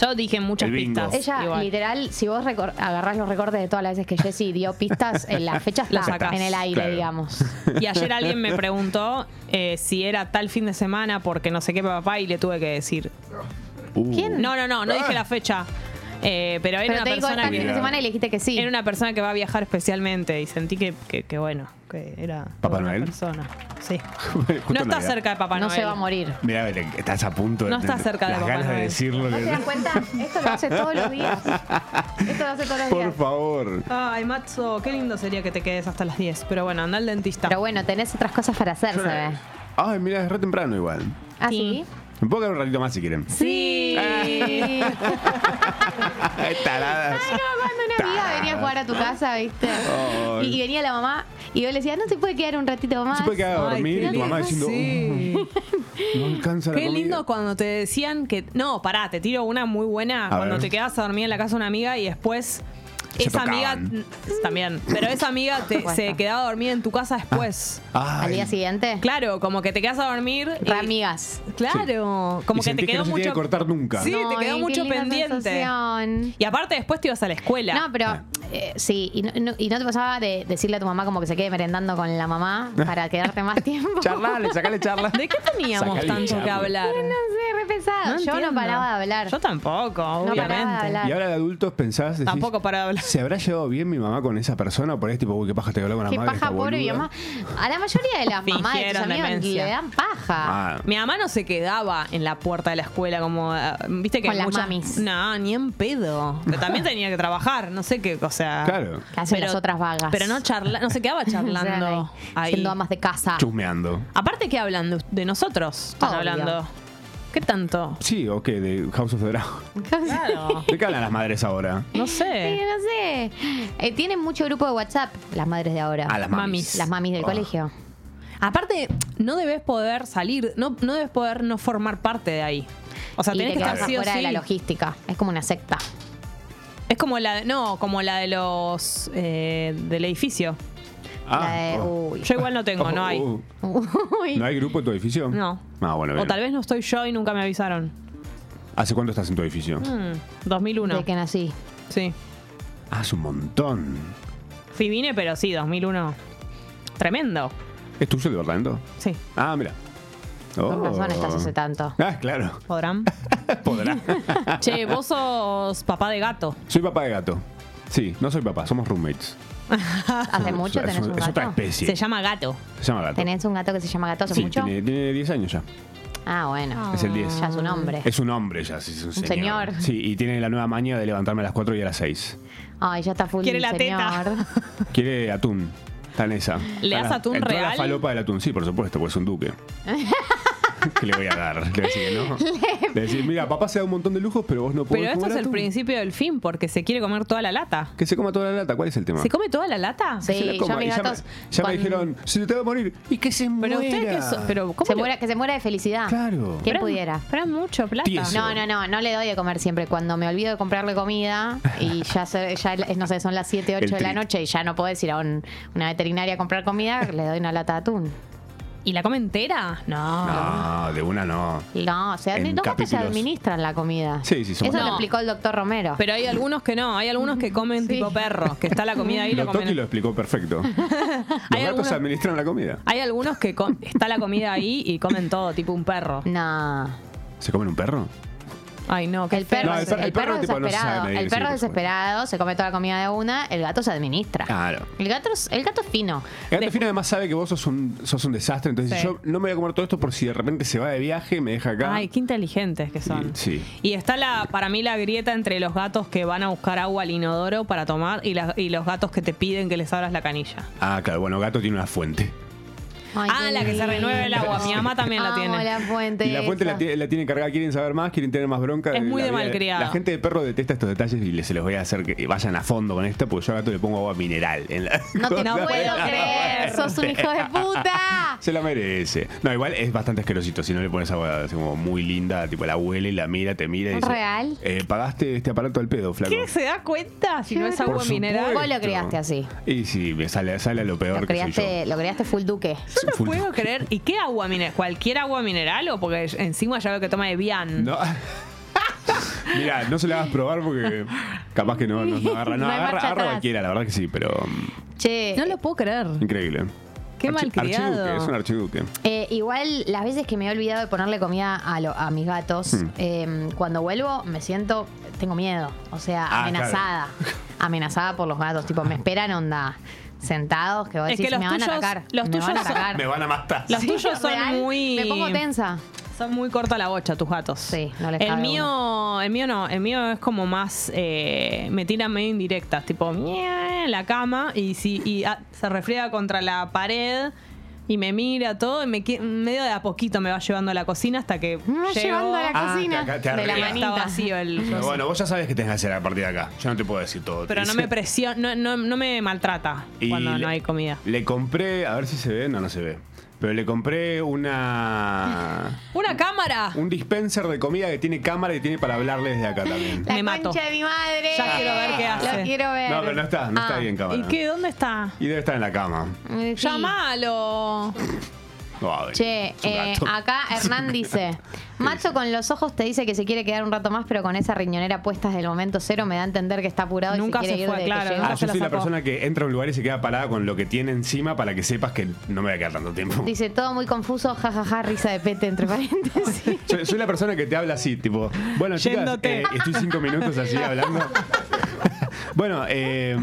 [SPEAKER 1] Yo dije muchas
[SPEAKER 3] El bingo.
[SPEAKER 1] pistas.
[SPEAKER 2] Ella,
[SPEAKER 1] igual.
[SPEAKER 2] literal, si vos recor- agarrás los recortes de todas las veces que Jessy dio pistas, en la fecha
[SPEAKER 1] La
[SPEAKER 2] está
[SPEAKER 1] sacás.
[SPEAKER 2] en el aire,
[SPEAKER 3] Claro.
[SPEAKER 2] digamos.
[SPEAKER 1] Y ayer alguien me preguntó eh, si era tal fin de semana porque no sé qué papá y le tuve que decir.
[SPEAKER 3] Uh.
[SPEAKER 2] ¿Quién?
[SPEAKER 1] No, no, no, no dije la fecha. Eh, pero era
[SPEAKER 2] Pero
[SPEAKER 1] una
[SPEAKER 2] te digo,
[SPEAKER 1] persona
[SPEAKER 2] esta
[SPEAKER 1] que.
[SPEAKER 2] fin de
[SPEAKER 3] Mira.
[SPEAKER 2] semana y le dijiste que sí.
[SPEAKER 1] Era una persona que va a viajar especialmente y sentí que, que- que bueno, que era
[SPEAKER 3] ¿Papá
[SPEAKER 1] una
[SPEAKER 3] Noel?
[SPEAKER 1] persona. Sí.
[SPEAKER 3] Justo
[SPEAKER 1] No está
[SPEAKER 3] Navidad.
[SPEAKER 1] cerca de Papá
[SPEAKER 2] no
[SPEAKER 1] Noel.
[SPEAKER 2] se va a morir.
[SPEAKER 3] Mira, estás a punto de.
[SPEAKER 1] No está cerca de
[SPEAKER 3] las
[SPEAKER 1] Papá
[SPEAKER 3] ganas de
[SPEAKER 1] Noel.
[SPEAKER 3] decirlo.
[SPEAKER 2] ¿No
[SPEAKER 3] que-
[SPEAKER 2] se dan cuenta? Esto lo hace todos los días. Esto lo hace todos los
[SPEAKER 3] Por
[SPEAKER 2] días.
[SPEAKER 3] favor.
[SPEAKER 1] Ay, Matzo, qué lindo sería que te quedes hasta las 10. Pero bueno, anda al dentista.
[SPEAKER 2] Pero bueno, tenés otras cosas para hacer, se ve.
[SPEAKER 3] Ay, mira, es re temprano igual.
[SPEAKER 2] ¿Ah, sí?
[SPEAKER 3] Me puedo quedar un ratito más si quieren.
[SPEAKER 1] Sí.
[SPEAKER 3] Ay, Taradas.
[SPEAKER 2] Ay, no, cuando una amiga venía a jugar a tu casa, ¿viste?
[SPEAKER 3] Ay.
[SPEAKER 2] Y, y venía la mamá y yo le decía, no se puede quedar un ratito más.
[SPEAKER 3] Se puede quedar a dormir
[SPEAKER 1] qué
[SPEAKER 3] y tu mamá
[SPEAKER 1] lindo.
[SPEAKER 3] diciendo.
[SPEAKER 1] Sí.
[SPEAKER 3] "Uh, No alcanza la
[SPEAKER 1] Qué
[SPEAKER 3] comida".
[SPEAKER 1] lindo cuando te decían que. No, pará, te tiro una muy buena.
[SPEAKER 3] A
[SPEAKER 1] cuando
[SPEAKER 3] ver.
[SPEAKER 1] te quedas a dormir en la casa de una amiga y después.
[SPEAKER 3] Se
[SPEAKER 1] esa
[SPEAKER 3] tocaban.
[SPEAKER 1] amiga. También. Pero esa amiga te- se
[SPEAKER 2] Supuesto.
[SPEAKER 1] quedaba dormida en tu
[SPEAKER 3] Ah.
[SPEAKER 1] casa después.
[SPEAKER 3] Ay.
[SPEAKER 2] Al día siguiente,
[SPEAKER 1] Claro, como que te quedas a dormir. y-
[SPEAKER 2] ramigas.
[SPEAKER 1] Claro, como
[SPEAKER 3] Y
[SPEAKER 1] que te
[SPEAKER 3] sentís
[SPEAKER 1] quedó
[SPEAKER 3] no se
[SPEAKER 1] mucho.
[SPEAKER 3] tiene que cortar nunca.
[SPEAKER 1] Sí,
[SPEAKER 2] Ay,
[SPEAKER 1] te quedó
[SPEAKER 2] qué
[SPEAKER 1] mucho
[SPEAKER 2] linda
[SPEAKER 1] pendiente.
[SPEAKER 2] sensación.
[SPEAKER 1] Y aparte, después te ibas a la escuela.
[SPEAKER 2] No, pero eh, sí, y no, no- y no te pasaba de decirle a tu mamá como que se quede merendando con la mamá para quedarte más tiempo.
[SPEAKER 3] Charlale, sacale charla.
[SPEAKER 1] ¿De qué teníamos
[SPEAKER 3] Sacale
[SPEAKER 1] tanto
[SPEAKER 3] charla.
[SPEAKER 1] que hablar?
[SPEAKER 2] No sé, re pesado. Yo
[SPEAKER 1] entiendo.
[SPEAKER 2] no paraba de hablar.
[SPEAKER 1] Yo tampoco,
[SPEAKER 2] paraba de
[SPEAKER 1] obviamente.
[SPEAKER 2] hablar.
[SPEAKER 3] Y ahora de adultos pensás. decís,
[SPEAKER 1] Tampoco para hablar.
[SPEAKER 3] ¿Se habrá llevado bien mi mamá con esa persona o por ahí es tipo, uy, qué paja te habló con la
[SPEAKER 2] Qué
[SPEAKER 3] madre?
[SPEAKER 2] paja,
[SPEAKER 3] esta
[SPEAKER 2] pobre mi
[SPEAKER 3] boluda?
[SPEAKER 2] mamá. A la mayoría de las mamás de tus
[SPEAKER 1] Fingieron
[SPEAKER 2] amigos
[SPEAKER 1] demencia.
[SPEAKER 2] le dan paja.
[SPEAKER 3] Ah,
[SPEAKER 1] Mi mamá no se quedaba en la puerta de la escuela como eh, viste que
[SPEAKER 2] Con las
[SPEAKER 1] muchas
[SPEAKER 2] mamis.
[SPEAKER 1] No, ni en pedo. Pero también tenía que trabajar, no sé qué, o sea.
[SPEAKER 3] Claro.
[SPEAKER 2] Que hacen las otras vagas.
[SPEAKER 1] Pero no charla, no se quedaba charlando
[SPEAKER 2] O sea,
[SPEAKER 1] ahí.
[SPEAKER 2] Siendo amas de
[SPEAKER 1] Ah.
[SPEAKER 2] casa.
[SPEAKER 3] chusmeando.
[SPEAKER 1] Aparte que hablando de nosotros, están
[SPEAKER 2] Obvio.
[SPEAKER 1] hablando. ¿Qué tanto?
[SPEAKER 3] Sí, ok, de House of the Dragon.
[SPEAKER 1] Claro.
[SPEAKER 3] ¿De qué hablan las madres ahora?
[SPEAKER 1] No
[SPEAKER 2] Sí,
[SPEAKER 1] sé.
[SPEAKER 2] no sé. Eh, tienen mucho grupo de WhatsApp las madres de ahora.
[SPEAKER 3] A Ah, las mamis.
[SPEAKER 1] Mamis.
[SPEAKER 2] Las mamis del
[SPEAKER 3] Ah.
[SPEAKER 2] colegio.
[SPEAKER 1] Aparte, no debes poder salir, no, no debes poder no formar parte de ahí. O sea,
[SPEAKER 2] y te
[SPEAKER 1] tenés que
[SPEAKER 2] quedas
[SPEAKER 1] estar sí o
[SPEAKER 2] afuera de la
[SPEAKER 1] sí.
[SPEAKER 2] logística. Es como una secta.
[SPEAKER 1] Es como la de, no, como la de los eh, del edificio. Ah,
[SPEAKER 2] La de- uh.
[SPEAKER 3] oh.
[SPEAKER 2] uy.
[SPEAKER 1] Yo igual no tengo, no hay.
[SPEAKER 3] Oh,
[SPEAKER 2] Uy.
[SPEAKER 3] oh. ¿No hay grupo en tu edificio?
[SPEAKER 1] No.
[SPEAKER 3] Ah, bueno,
[SPEAKER 1] O
[SPEAKER 3] bien.
[SPEAKER 1] tal vez no estoy yo y nunca me avisaron.
[SPEAKER 3] ¿Hace cuánto estás en tu edificio?
[SPEAKER 1] Mm, 2001.
[SPEAKER 2] Hmm. De que nací.
[SPEAKER 1] Sí.
[SPEAKER 3] Hace un montón.
[SPEAKER 1] Fui vine, pero sí, 2001. Tremendo.
[SPEAKER 3] ¿Es tuyo el departamento?
[SPEAKER 1] Sí.
[SPEAKER 3] Ah, mira. Oh.
[SPEAKER 2] Con razón estás hace tanto.
[SPEAKER 3] Ah, claro.
[SPEAKER 1] Podrán.
[SPEAKER 3] Podrá.
[SPEAKER 1] che, vos sos papá de gato.
[SPEAKER 3] soy papá de gato. Sí, no soy papá, somos roommates.
[SPEAKER 2] ¿Hace mucho
[SPEAKER 3] es,
[SPEAKER 2] tenés
[SPEAKER 3] es-
[SPEAKER 2] un
[SPEAKER 3] es otra
[SPEAKER 2] gato?
[SPEAKER 3] especie.
[SPEAKER 1] Se llama gato.
[SPEAKER 3] Se llama gato.
[SPEAKER 2] ¿Tenés un gato que se llama gato hace
[SPEAKER 3] sí,
[SPEAKER 2] mucho?
[SPEAKER 3] Tiene, tiene 10 años ya.
[SPEAKER 2] Ah, bueno.
[SPEAKER 3] Es el 10.
[SPEAKER 2] Ya es un hombre.
[SPEAKER 3] Es un hombre ya, sí, es un señor.
[SPEAKER 2] señor.
[SPEAKER 3] Sí, y tiene la nueva maña de levantarme a las 4 y a las 6.
[SPEAKER 2] Ay, ya está full
[SPEAKER 1] Quiere la
[SPEAKER 2] señor.
[SPEAKER 1] teta.
[SPEAKER 3] Quiere atún. Está en esa.
[SPEAKER 1] ¿Le
[SPEAKER 3] Está
[SPEAKER 1] das
[SPEAKER 3] la-
[SPEAKER 1] atún
[SPEAKER 3] entró la
[SPEAKER 1] real?
[SPEAKER 3] falopa del atún, sí, por supuesto, porque es un duque. ¿Qué le voy a dar? Le voy a decir, que no. Le voy a decir, mira, papá se da un montón de lujos, pero vos no podés
[SPEAKER 1] Pero esto
[SPEAKER 3] ¿Cómo
[SPEAKER 1] es
[SPEAKER 3] era
[SPEAKER 1] el
[SPEAKER 3] tú?
[SPEAKER 1] principio del fin, porque se quiere comer toda la lata.
[SPEAKER 3] Que se coma toda la lata, ¿cuál es el tema?
[SPEAKER 1] ¿Se come toda la lata?
[SPEAKER 2] Sí.
[SPEAKER 3] Que se la
[SPEAKER 2] yo
[SPEAKER 3] coma.
[SPEAKER 2] a
[SPEAKER 3] Y
[SPEAKER 2] mis
[SPEAKER 3] ya me-
[SPEAKER 2] gatos,
[SPEAKER 3] ya me
[SPEAKER 2] cuando-
[SPEAKER 3] dijeron, se te va a morir. Y que se
[SPEAKER 1] Pero
[SPEAKER 3] muera.
[SPEAKER 1] usted que so- pero ¿cómo
[SPEAKER 2] Se
[SPEAKER 1] le-
[SPEAKER 2] muera, que se muera de felicidad.
[SPEAKER 3] Claro.
[SPEAKER 2] ¿Quién
[SPEAKER 1] Pero-
[SPEAKER 2] pudiera?
[SPEAKER 1] Pero es mucho plata.
[SPEAKER 3] Tieso.
[SPEAKER 2] No, no, no, no le doy de comer siempre. Cuando me olvido de comprarle comida y ya, se- ya es, no sé, son las 7, 8 de la
[SPEAKER 3] treat.
[SPEAKER 2] noche y ya no puedo ir a un- una veterinaria a comprar comida, le doy una lata de atún.
[SPEAKER 1] ¿Y la come entera? No.
[SPEAKER 3] No, de una no.
[SPEAKER 2] No, o sea,
[SPEAKER 3] En
[SPEAKER 2] los gatos se
[SPEAKER 3] capítulos.
[SPEAKER 2] administran la comida.
[SPEAKER 3] Sí, sí, son
[SPEAKER 2] Eso
[SPEAKER 1] No.
[SPEAKER 2] lo explicó el doctor Romero.
[SPEAKER 1] Pero hay algunos que no, hay algunos que comen
[SPEAKER 2] Sí.
[SPEAKER 1] tipo perros, que está la comida ahí y lo
[SPEAKER 3] Lo Toki
[SPEAKER 1] comen.
[SPEAKER 3] lo explicó perfecto. Los
[SPEAKER 1] Hay
[SPEAKER 3] gatos
[SPEAKER 1] algunos-
[SPEAKER 3] administran la comida.
[SPEAKER 1] Hay algunos que co- está la comida ahí y comen todo, tipo un perro.
[SPEAKER 2] No.
[SPEAKER 3] ¿Se comen un perro?
[SPEAKER 1] Ay, no, qué
[SPEAKER 2] El
[SPEAKER 1] feo
[SPEAKER 2] perro,
[SPEAKER 3] No, el
[SPEAKER 2] es-
[SPEAKER 3] per-
[SPEAKER 2] el perro
[SPEAKER 3] perro tipo no sabe
[SPEAKER 2] desesperado.
[SPEAKER 3] medir,
[SPEAKER 2] el
[SPEAKER 3] sí,
[SPEAKER 2] perro
[SPEAKER 3] por supuesto.
[SPEAKER 2] desesperado se come toda la comida de una, el gato se administra.
[SPEAKER 3] Claro.
[SPEAKER 2] El gato es, el gato es fino.
[SPEAKER 3] El gato fino además sabe que vos sos un, sos un desastre, entonces
[SPEAKER 1] Sí.
[SPEAKER 3] yo no me voy a comer todo esto por si de repente se va de viaje, me deja acá.
[SPEAKER 1] Ay, qué inteligentes que son.
[SPEAKER 3] Y- sí.
[SPEAKER 1] Y está la, para mí la grieta entre los gatos que van a buscar agua al inodoro para tomar y, las- y los gatos que te piden que les abras la canilla.
[SPEAKER 3] Ah, claro, bueno, gato tiene una fuente.
[SPEAKER 2] Ay,
[SPEAKER 1] ah,
[SPEAKER 2] qué
[SPEAKER 1] la que se
[SPEAKER 2] lindo.
[SPEAKER 1] renueve el agua. Mi mamá también la
[SPEAKER 2] Amo
[SPEAKER 1] tiene.
[SPEAKER 2] la fuente.
[SPEAKER 3] Y la fuente la,
[SPEAKER 2] esa.
[SPEAKER 3] tiene- la tiene cargada, quieren saber más, quieren tener más bronca.
[SPEAKER 1] Es muy
[SPEAKER 3] La
[SPEAKER 1] de
[SPEAKER 3] vida-
[SPEAKER 1] malcriado.
[SPEAKER 3] La gente de perro detesta estos detalles y les- se los voy a hacer que vayan a fondo con esto, porque yo a gato le pongo agua mineral. en la
[SPEAKER 2] No te
[SPEAKER 3] cosa.
[SPEAKER 1] No
[SPEAKER 2] puedo
[SPEAKER 1] puedo
[SPEAKER 2] creer,
[SPEAKER 1] creer.
[SPEAKER 2] sos un hijo de puta.
[SPEAKER 3] Se la merece. No, igual es bastante asquerosito. Si no le pones agua así como muy linda, tipo la huele y la mira, te mira y dice,
[SPEAKER 2] ¿Real?
[SPEAKER 3] eh, pagaste este aparato al pedo, flaco.
[SPEAKER 1] ¿Qué se da cuenta si no es
[SPEAKER 2] Por
[SPEAKER 1] agua
[SPEAKER 3] Por
[SPEAKER 1] mineral?
[SPEAKER 2] Vos lo
[SPEAKER 3] supuesto.
[SPEAKER 2] criaste así.
[SPEAKER 3] Y sí, me sale, sale a lo peor
[SPEAKER 2] Lo
[SPEAKER 3] que soy yo.
[SPEAKER 2] criaste, lo criaste full duque.
[SPEAKER 1] Yo no
[SPEAKER 3] Full-
[SPEAKER 1] puedo creer. ¿Y qué agua mineral? ¿Cualquier agua mineral o porque encima ya veo que toma de Vian?
[SPEAKER 3] No. Mira, no se la vas a probar porque capaz que no, no, no agarra. No,
[SPEAKER 2] No hay
[SPEAKER 3] agarra,
[SPEAKER 2] marcha
[SPEAKER 3] agarra
[SPEAKER 2] atrás.
[SPEAKER 3] cualquiera, la verdad que sí, pero mm,
[SPEAKER 2] Che,
[SPEAKER 1] No lo puedo creer.
[SPEAKER 3] increíble.
[SPEAKER 1] Qué
[SPEAKER 3] Archi-
[SPEAKER 1] malcriado.
[SPEAKER 3] Archiduque, es un archiduque.
[SPEAKER 2] eh, igual las veces que me he olvidado de ponerle comida a, lo- a mis gatos,
[SPEAKER 3] Hmm.
[SPEAKER 2] eh, cuando vuelvo me siento, tengo miedo, o sea,
[SPEAKER 3] Ah,
[SPEAKER 2] amenazada. Amenazada por los gatos, tipo, me esperan onda sentados que vos
[SPEAKER 1] Es
[SPEAKER 2] decís,
[SPEAKER 1] que los
[SPEAKER 2] me van a
[SPEAKER 1] tuyos-
[SPEAKER 2] atacar.
[SPEAKER 1] los
[SPEAKER 2] me
[SPEAKER 1] tuyos
[SPEAKER 2] van a
[SPEAKER 1] son-
[SPEAKER 2] atacar.
[SPEAKER 3] Me van a matar.
[SPEAKER 1] Los tuyos son
[SPEAKER 2] Real,
[SPEAKER 1] muy.
[SPEAKER 2] Me pongo tensa.
[SPEAKER 1] Son muy corta la bocha tus gatos.
[SPEAKER 2] Sí, no les
[SPEAKER 1] el
[SPEAKER 2] cabe
[SPEAKER 1] mío, el mío no, el mío es como más eh, me tiran medio indirectas, tipo "Mie", en la cama y si y ah, se refriega contra la pared y me mira todo y me qui- medio de a poquito me va llevando a la cocina hasta que
[SPEAKER 2] Me va
[SPEAKER 1] llego-
[SPEAKER 2] llevando a la
[SPEAKER 3] Ah,
[SPEAKER 2] cocina
[SPEAKER 3] te acá- te
[SPEAKER 2] de la
[SPEAKER 3] arriba.
[SPEAKER 1] está
[SPEAKER 2] manita.
[SPEAKER 1] vacío el
[SPEAKER 3] Pero bueno, vos ya sabes qué tenés que hacer a partir de acá. Yo no te puedo decir todo.
[SPEAKER 1] pero
[SPEAKER 3] te
[SPEAKER 1] no
[SPEAKER 3] dice.
[SPEAKER 1] me presiona, no, no, no me maltrata
[SPEAKER 3] Y
[SPEAKER 1] cuando
[SPEAKER 3] le-
[SPEAKER 1] no hay comida.
[SPEAKER 3] Le compré, a ver si se ve, no, no se ve. Pero le compré una.
[SPEAKER 1] Una cámara.
[SPEAKER 3] un dispenser de comida que tiene cámara y tiene para hablarle desde acá también.
[SPEAKER 2] La
[SPEAKER 1] Me mato.
[SPEAKER 2] concha de mi madre.
[SPEAKER 1] Ya quiero ver qué hace.
[SPEAKER 2] Lo quiero ver.
[SPEAKER 3] No, pero no está, no está
[SPEAKER 2] Ah.
[SPEAKER 3] bien
[SPEAKER 1] ¿Y
[SPEAKER 3] cámara.
[SPEAKER 1] qué dónde está?
[SPEAKER 3] Y debe estar en la cama.
[SPEAKER 2] Eh, sí.
[SPEAKER 1] Llámalo.
[SPEAKER 3] Ay,
[SPEAKER 2] Che,
[SPEAKER 3] es un
[SPEAKER 2] eh,
[SPEAKER 3] gato.
[SPEAKER 2] acá Hernán dice, Macho con los ojos te dice que se quiere quedar un rato más, pero con esa riñonera puesta desde el momento cero me da a entender que está apurado
[SPEAKER 1] Nunca
[SPEAKER 2] y se quiere
[SPEAKER 1] se
[SPEAKER 2] ir
[SPEAKER 1] fue,
[SPEAKER 2] desde
[SPEAKER 1] claro,
[SPEAKER 2] que llegó.
[SPEAKER 1] nunca
[SPEAKER 3] Ah, yo
[SPEAKER 1] la
[SPEAKER 3] soy la
[SPEAKER 1] sacó.
[SPEAKER 3] persona que entra a un lugar y se queda parada con lo que tiene encima para que sepas que no me voy a quedar tanto tiempo.
[SPEAKER 2] Dice, todo muy confuso, jajaja, risa de pete entre paréntesis.
[SPEAKER 3] Yo- soy la persona que te habla así, tipo, bueno, chicas,
[SPEAKER 1] Yéndote.
[SPEAKER 3] eh, estoy cinco minutos así hablando. bueno, eh,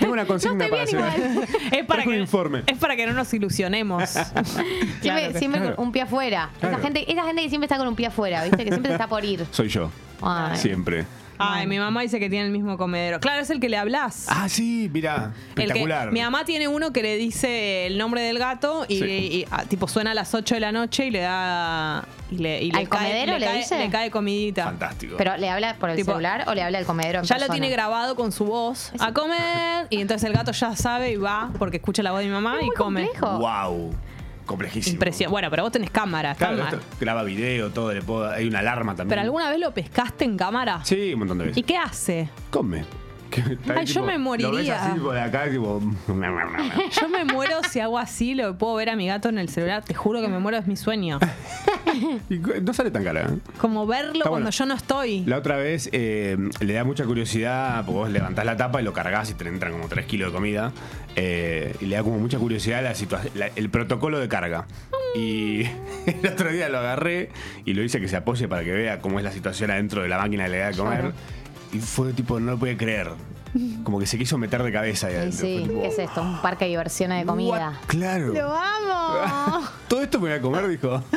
[SPEAKER 3] tengo una consigna
[SPEAKER 2] estoy
[SPEAKER 3] para
[SPEAKER 2] bien
[SPEAKER 3] hacer.
[SPEAKER 1] Es para,
[SPEAKER 3] Trajo
[SPEAKER 1] que,
[SPEAKER 3] un informe.
[SPEAKER 1] es para que no nos ilusionemos.
[SPEAKER 2] siempre
[SPEAKER 1] que-
[SPEAKER 2] siempre con
[SPEAKER 3] claro.
[SPEAKER 2] un pie afuera.
[SPEAKER 3] Claro.
[SPEAKER 2] Esa, gente, esa gente que siempre está con un pie afuera, ¿viste? Que siempre está por ir.
[SPEAKER 3] Soy yo, Ah,
[SPEAKER 2] Ay.
[SPEAKER 3] siempre.
[SPEAKER 1] Ay, mi mamá dice que tiene el mismo comedero. Claro, es el que le hablas.
[SPEAKER 3] Ah, sí, mira,
[SPEAKER 1] El que,
[SPEAKER 3] espectacular.
[SPEAKER 1] mi mamá tiene uno que le dice el nombre del gato y,
[SPEAKER 3] Sí.
[SPEAKER 1] y- ah, tipo suena a las 8 de la noche y le da y le, y cae,
[SPEAKER 2] ¿Al comedero le
[SPEAKER 1] cae,
[SPEAKER 2] dice?
[SPEAKER 1] le cae comidita.
[SPEAKER 3] Fantástico.
[SPEAKER 2] Pero ¿le habla por el
[SPEAKER 1] Tipo,
[SPEAKER 2] celular o le habla al comedero? en
[SPEAKER 1] Ya lo
[SPEAKER 2] persona?
[SPEAKER 1] tiene grabado con su voz a comer y entonces el gato ya sabe y va porque escucha la voz de mi mamá
[SPEAKER 2] Es
[SPEAKER 1] y
[SPEAKER 2] muy
[SPEAKER 1] come.
[SPEAKER 2] complejo.
[SPEAKER 3] wow, complejísimo.
[SPEAKER 1] Impresión. Bueno, pero vos tenés cámara,
[SPEAKER 3] Claro,
[SPEAKER 1] cámara.
[SPEAKER 3] esto graba video, todo, le puedo, hay una alarma también.
[SPEAKER 1] Pero alguna vez lo pescaste en cámara.
[SPEAKER 3] Sí, un montón de veces.
[SPEAKER 1] ¿Y qué hace?
[SPEAKER 3] Come. Que está ahí,
[SPEAKER 1] Ay, yo me
[SPEAKER 3] Lo ves
[SPEAKER 1] moriría.
[SPEAKER 3] así tipo, de acá, tipo.
[SPEAKER 1] Yo me muero si hago así, lo puedo ver a mi gato en el celular. Te juro que me muero, es mi sueño.
[SPEAKER 3] Y cu- no sale tan cara. ¿eh?
[SPEAKER 1] Como verlo
[SPEAKER 3] Está
[SPEAKER 1] cuando
[SPEAKER 3] bueno.
[SPEAKER 1] yo no estoy.
[SPEAKER 3] La otra vez eh, le da mucha curiosidad, porque vos levantás la tapa y lo cargas y te entran como 3 kilos de comida. eh, y le da como mucha curiosidad la situa- la- el protocolo de carga. Y el otro día lo agarré y lo hice que se apoye para que vea cómo es la situación adentro de la máquina que le da de comer.
[SPEAKER 2] Claro.
[SPEAKER 3] Y fue tipo, no lo podía creer. Como que se quiso meter de cabeza ahí
[SPEAKER 2] Sí,
[SPEAKER 3] adentro. Fue
[SPEAKER 2] sí.
[SPEAKER 3] tipo,
[SPEAKER 2] ¿Qué es esto? Un parque de diversiones de comida.
[SPEAKER 3] "What?". Claro.
[SPEAKER 2] amo!
[SPEAKER 3] Todo esto me voy a comer, dijo.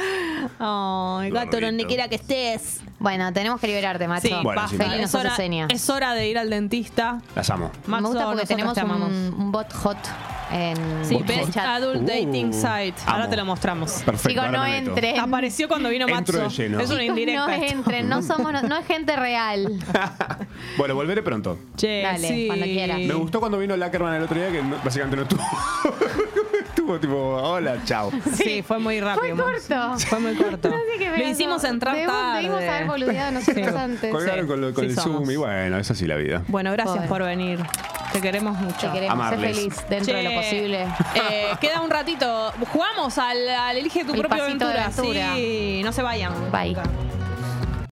[SPEAKER 1] Ay, gato,
[SPEAKER 3] Gordito.
[SPEAKER 1] donde quiera que estés.
[SPEAKER 2] Bueno, tenemos que liberarte, macho.
[SPEAKER 1] Sí,
[SPEAKER 3] Bueno,
[SPEAKER 1] basta.
[SPEAKER 3] sí, Feli
[SPEAKER 1] es,
[SPEAKER 2] nos hace
[SPEAKER 1] hora,
[SPEAKER 2] seña.
[SPEAKER 1] es hora de ir al dentista.
[SPEAKER 3] Las amo.
[SPEAKER 1] Maxo,
[SPEAKER 2] Me gusta porque
[SPEAKER 1] nosotros
[SPEAKER 2] tenemos
[SPEAKER 1] te
[SPEAKER 2] un,
[SPEAKER 1] amamos.
[SPEAKER 2] un bot hot en
[SPEAKER 1] Sí,
[SPEAKER 2] en el
[SPEAKER 1] Best
[SPEAKER 2] chat.
[SPEAKER 1] Adult
[SPEAKER 3] Uh,
[SPEAKER 1] Dating Site. Ahora
[SPEAKER 3] amo.
[SPEAKER 1] te lo mostramos.
[SPEAKER 3] Perfecto.
[SPEAKER 2] Chicos,
[SPEAKER 3] ahora
[SPEAKER 2] no
[SPEAKER 3] me meto.
[SPEAKER 2] entren.
[SPEAKER 1] Apareció cuando vino
[SPEAKER 3] Entro
[SPEAKER 1] Matzo.
[SPEAKER 3] de lleno.
[SPEAKER 1] Es una
[SPEAKER 2] Chicos,
[SPEAKER 1] indirecta.
[SPEAKER 2] no
[SPEAKER 1] esto.
[SPEAKER 2] entren, no somos, no, no es gente real.
[SPEAKER 3] Ah, Bueno, volveré pronto.
[SPEAKER 1] Che,
[SPEAKER 2] Dale,
[SPEAKER 1] sí.
[SPEAKER 2] cuando quieras.
[SPEAKER 3] Me gustó cuando vino Lackerman el otro día, que no- básicamente no estuvo. estuvo tipo, hola, chao.
[SPEAKER 1] Sí, fue muy rápido.
[SPEAKER 2] Fue
[SPEAKER 1] Max.
[SPEAKER 2] corto.
[SPEAKER 1] Fue muy corto.
[SPEAKER 2] No sé qué
[SPEAKER 1] Lo
[SPEAKER 2] pedazo.
[SPEAKER 1] hicimos entrar
[SPEAKER 2] Debimos-
[SPEAKER 1] tarde.
[SPEAKER 2] Debimos haber boludeado nosotros
[SPEAKER 1] Sí.
[SPEAKER 2] antes.
[SPEAKER 3] Colgaron con, lo- con
[SPEAKER 1] sí
[SPEAKER 3] el
[SPEAKER 1] somos.
[SPEAKER 3] Zoom y bueno, es así la vida.
[SPEAKER 1] Bueno, gracias
[SPEAKER 2] Pobre.
[SPEAKER 1] por venir. Te queremos mucho.
[SPEAKER 2] Te queremos, sé
[SPEAKER 3] Amarles.
[SPEAKER 2] feliz dentro de lo
[SPEAKER 1] Che,
[SPEAKER 2] posible.
[SPEAKER 1] eh, queda un ratito. Jugamos al, al elige tu
[SPEAKER 2] El
[SPEAKER 1] propia
[SPEAKER 2] pasito de
[SPEAKER 1] aventura.
[SPEAKER 2] aventura.
[SPEAKER 1] Sí, no se vayan.
[SPEAKER 2] Bye.
[SPEAKER 1] Nunca.